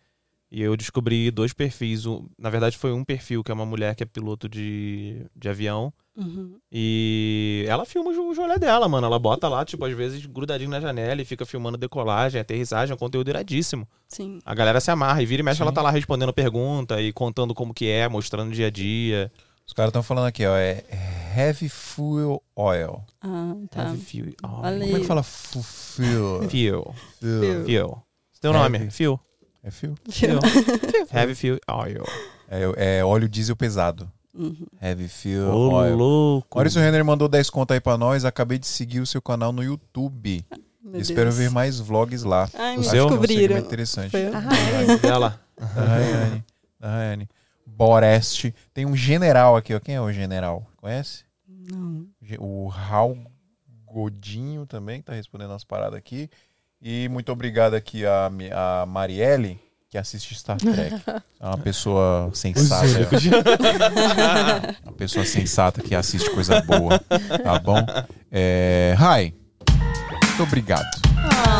E eu descobri dois perfis. Um- na verdade, foi um perfil que é uma mulher que é piloto de, de avião. Uhum. E ela filma os os rolê dela, mano. Ela bota lá, tipo, às vezes grudadinho na janela e fica filmando decolagem, aterrissagem. É um conteúdo iradíssimo. Sim. A galera se amarra e vira e mexe, Sim. ela tá lá respondendo pergunta e contando como que é, mostrando o dia a dia. Os caras estão falando aqui, ó. É heavy fuel oil. Ah, tá. Have Feel. Oh, Valeu. Como é que fala fu- fuel? Feel. Fuel. Feel. Teu Have. nome? Feel. É fuel? Feel. Have Feel Oil. É, é óleo diesel pesado. Uhum. Heavy fuel Ô, oil. louco. Maurício Renner mandou 10 conto aí pra nós. Acabei de seguir o seu canal no YouTube. Meu Espero Deus. ver mais vlogs lá. Ai, O me Acho que é um seu? descobriram. segmento interessante. Foi eu. Vai dela. Da Rayane. Da Rayane. Boreste. Tem um general aqui, ó. Quem é o general? Conhece? Não. Ge- O Raul Godinho também, que tá respondendo as paradas aqui. E muito obrigado aqui a, Mi- a Marielle, que assiste Star Trek. É uma pessoa sensata. <laughs> Uma pessoa sensata que assiste coisa boa. Tá bom? É, Rai, muito obrigado.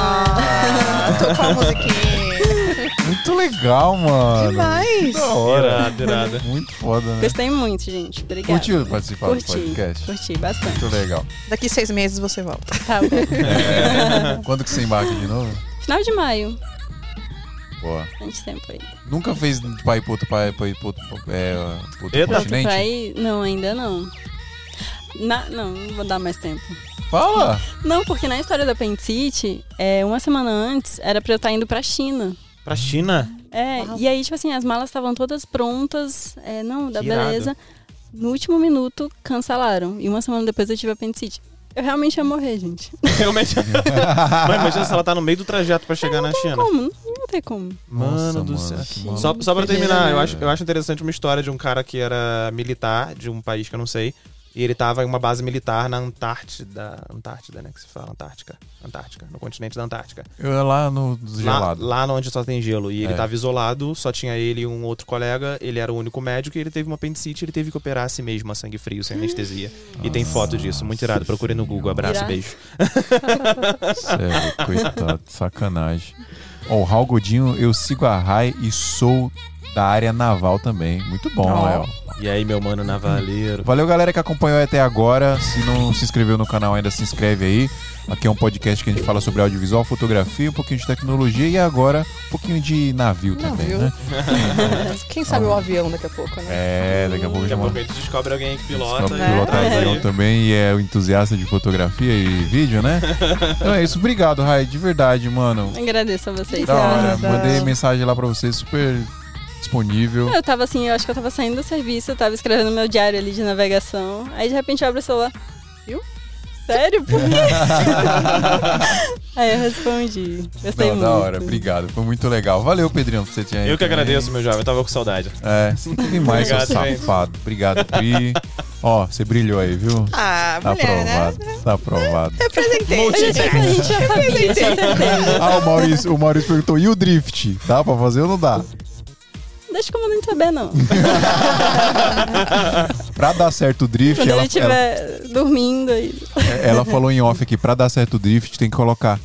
Ah, tô com a musiquinha. Muito legal, mano. Demais. Da hora. Irado, irado. Muito foda, né? Gostei muito, gente. Obrigada. Curtiu participar Curti, do podcast? curti bastante. Muito legal. Daqui seis meses você volta. Tá bom. Quando que você embarca de novo? <laughs> Final de maio, Boa. bastante tempo aí. Nunca fez pra ir pro outro, pra, pra ir pro outro, é, pro outro Eita. Outro continente? pra ir? Não, ainda não. Na- não, não vou dar mais tempo. Fala! Não, porque na história da Pentite, é, uma semana antes, era pra eu estar indo pra China. Pra China? É, Uau. e aí, tipo assim, as malas estavam todas prontas, é, não, da Que irado. beleza. No último minuto, cancelaram. E uma semana depois eu tive a Pentite. Eu realmente ia morrer, gente. Realmente. Mas imagina se ela tá no meio do trajeto pra chegar na China. Como? Não ia ter como. Nossa, Mano do mano, céu. que maluco. Só, só pra Que beleza, terminar, eu né? acho, eu acho interessante uma história de um cara que era militar de um país que eu não sei. E ele tava em uma base militar na Antártida. Antártida, né? Que se fala Antártica. Antártica, no continente da Antártica. Eu ia lá no Lá, gelado. lá onde só tem gelo. E ele É. tava isolado, só tinha ele e um outro colega. Ele era o único médico e ele teve uma apendicite. Ele teve que operar a si mesmo a sangue frio, sem anestesia. E tem foto disso. Muito irado. Procure no Google. Abraço, Irado. beijo. Sério, é coitado, sacanagem. Ó, o Raul Godinho, eu sigo a Rai e sou da área naval também. Muito bom, Ó. Léo. E aí, meu mano navaleiro. Valeu, galera que acompanhou até agora. Se não se inscreveu no canal ainda, se inscreve aí. Aqui é um podcast que a gente fala sobre audiovisual, fotografia, um pouquinho de tecnologia e agora um pouquinho de navio também, Navio. né? Quem sabe o avião daqui a pouco, né? É, daqui a pouco Daqui a já pouco a gente descobre alguém que pilota. Só e- pilota É. avião também e é o entusiasta de fotografia e vídeo, <laughs> né? Então é isso. Obrigado, Rai, de verdade, mano. Agradeço a vocês. Da hora. Obrigada. Mandei mensagem lá pra você, super disponível. Eu tava assim, eu acho que eu tava saindo do serviço, eu tava escrevendo meu diário ali de navegação. Aí de repente eu abro o celular. Viu? Sério? Por quê? Aí eu respondi. Gostei Não, muito. da hora, obrigado. Foi muito legal. Valeu, Pedrinho, por você ter Eu que agradeço, meu jovem. Eu tava com saudade. É, você teve mais, seu Obrigado, gente. safado. Obrigado, Pri. Ó, você brilhou aí, viu? Ah, Tá mulher, né? aprovado. Tá aprovado. Representei. Mas isso a <laughs> gente já sabia, tinha <laughs> certeza. Ah, o Maurício, o Maurício perguntou: e o drift? Dá pra fazer ou não dá? Deixa o comandante saber, não. Pra dar certo o drift, Quando ela, ele estiver dormindo aí. ela- ela falou em off aqui: pra dar certo o drift, tem que colocar.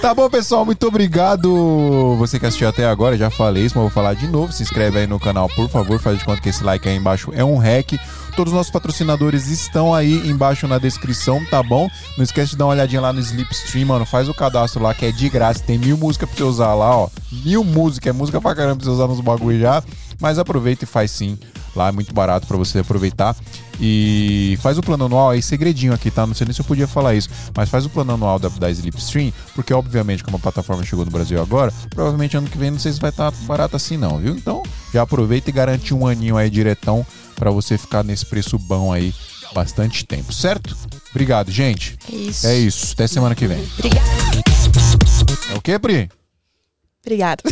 Tá bom, pessoal, muito obrigado. Você que assistiu até agora, já falei isso, mas vou falar de novo. Se inscreve aí no canal, por favor. Faz de conta que esse like aí embaixo é um hack. Todos os nossos patrocinadores estão aí embaixo na descrição, tá bom? Não esquece de dar uma olhadinha lá no Slipstream, mano. Faz o cadastro lá que é de graça. Tem mil músicas pra você usar lá, ó. Mil músicas, é música pra caramba pra você usar nos bagulho já. Mas aproveita e faz sim. Lá é muito barato pra você aproveitar. E faz o plano anual aí, segredinho aqui, tá? Não sei nem se eu podia falar isso, mas faz o plano anual da, da Slipstream, porque obviamente, como a plataforma chegou no Brasil agora, provavelmente ano que vem não sei se vai estar barato assim, não, viu? Então já aproveita e garante um aninho aí diretão pra você ficar nesse preço bom aí bastante tempo, certo? Obrigado, gente. É isso. É isso. Até semana que vem. Obrigada. É o que, Pri? Obrigada.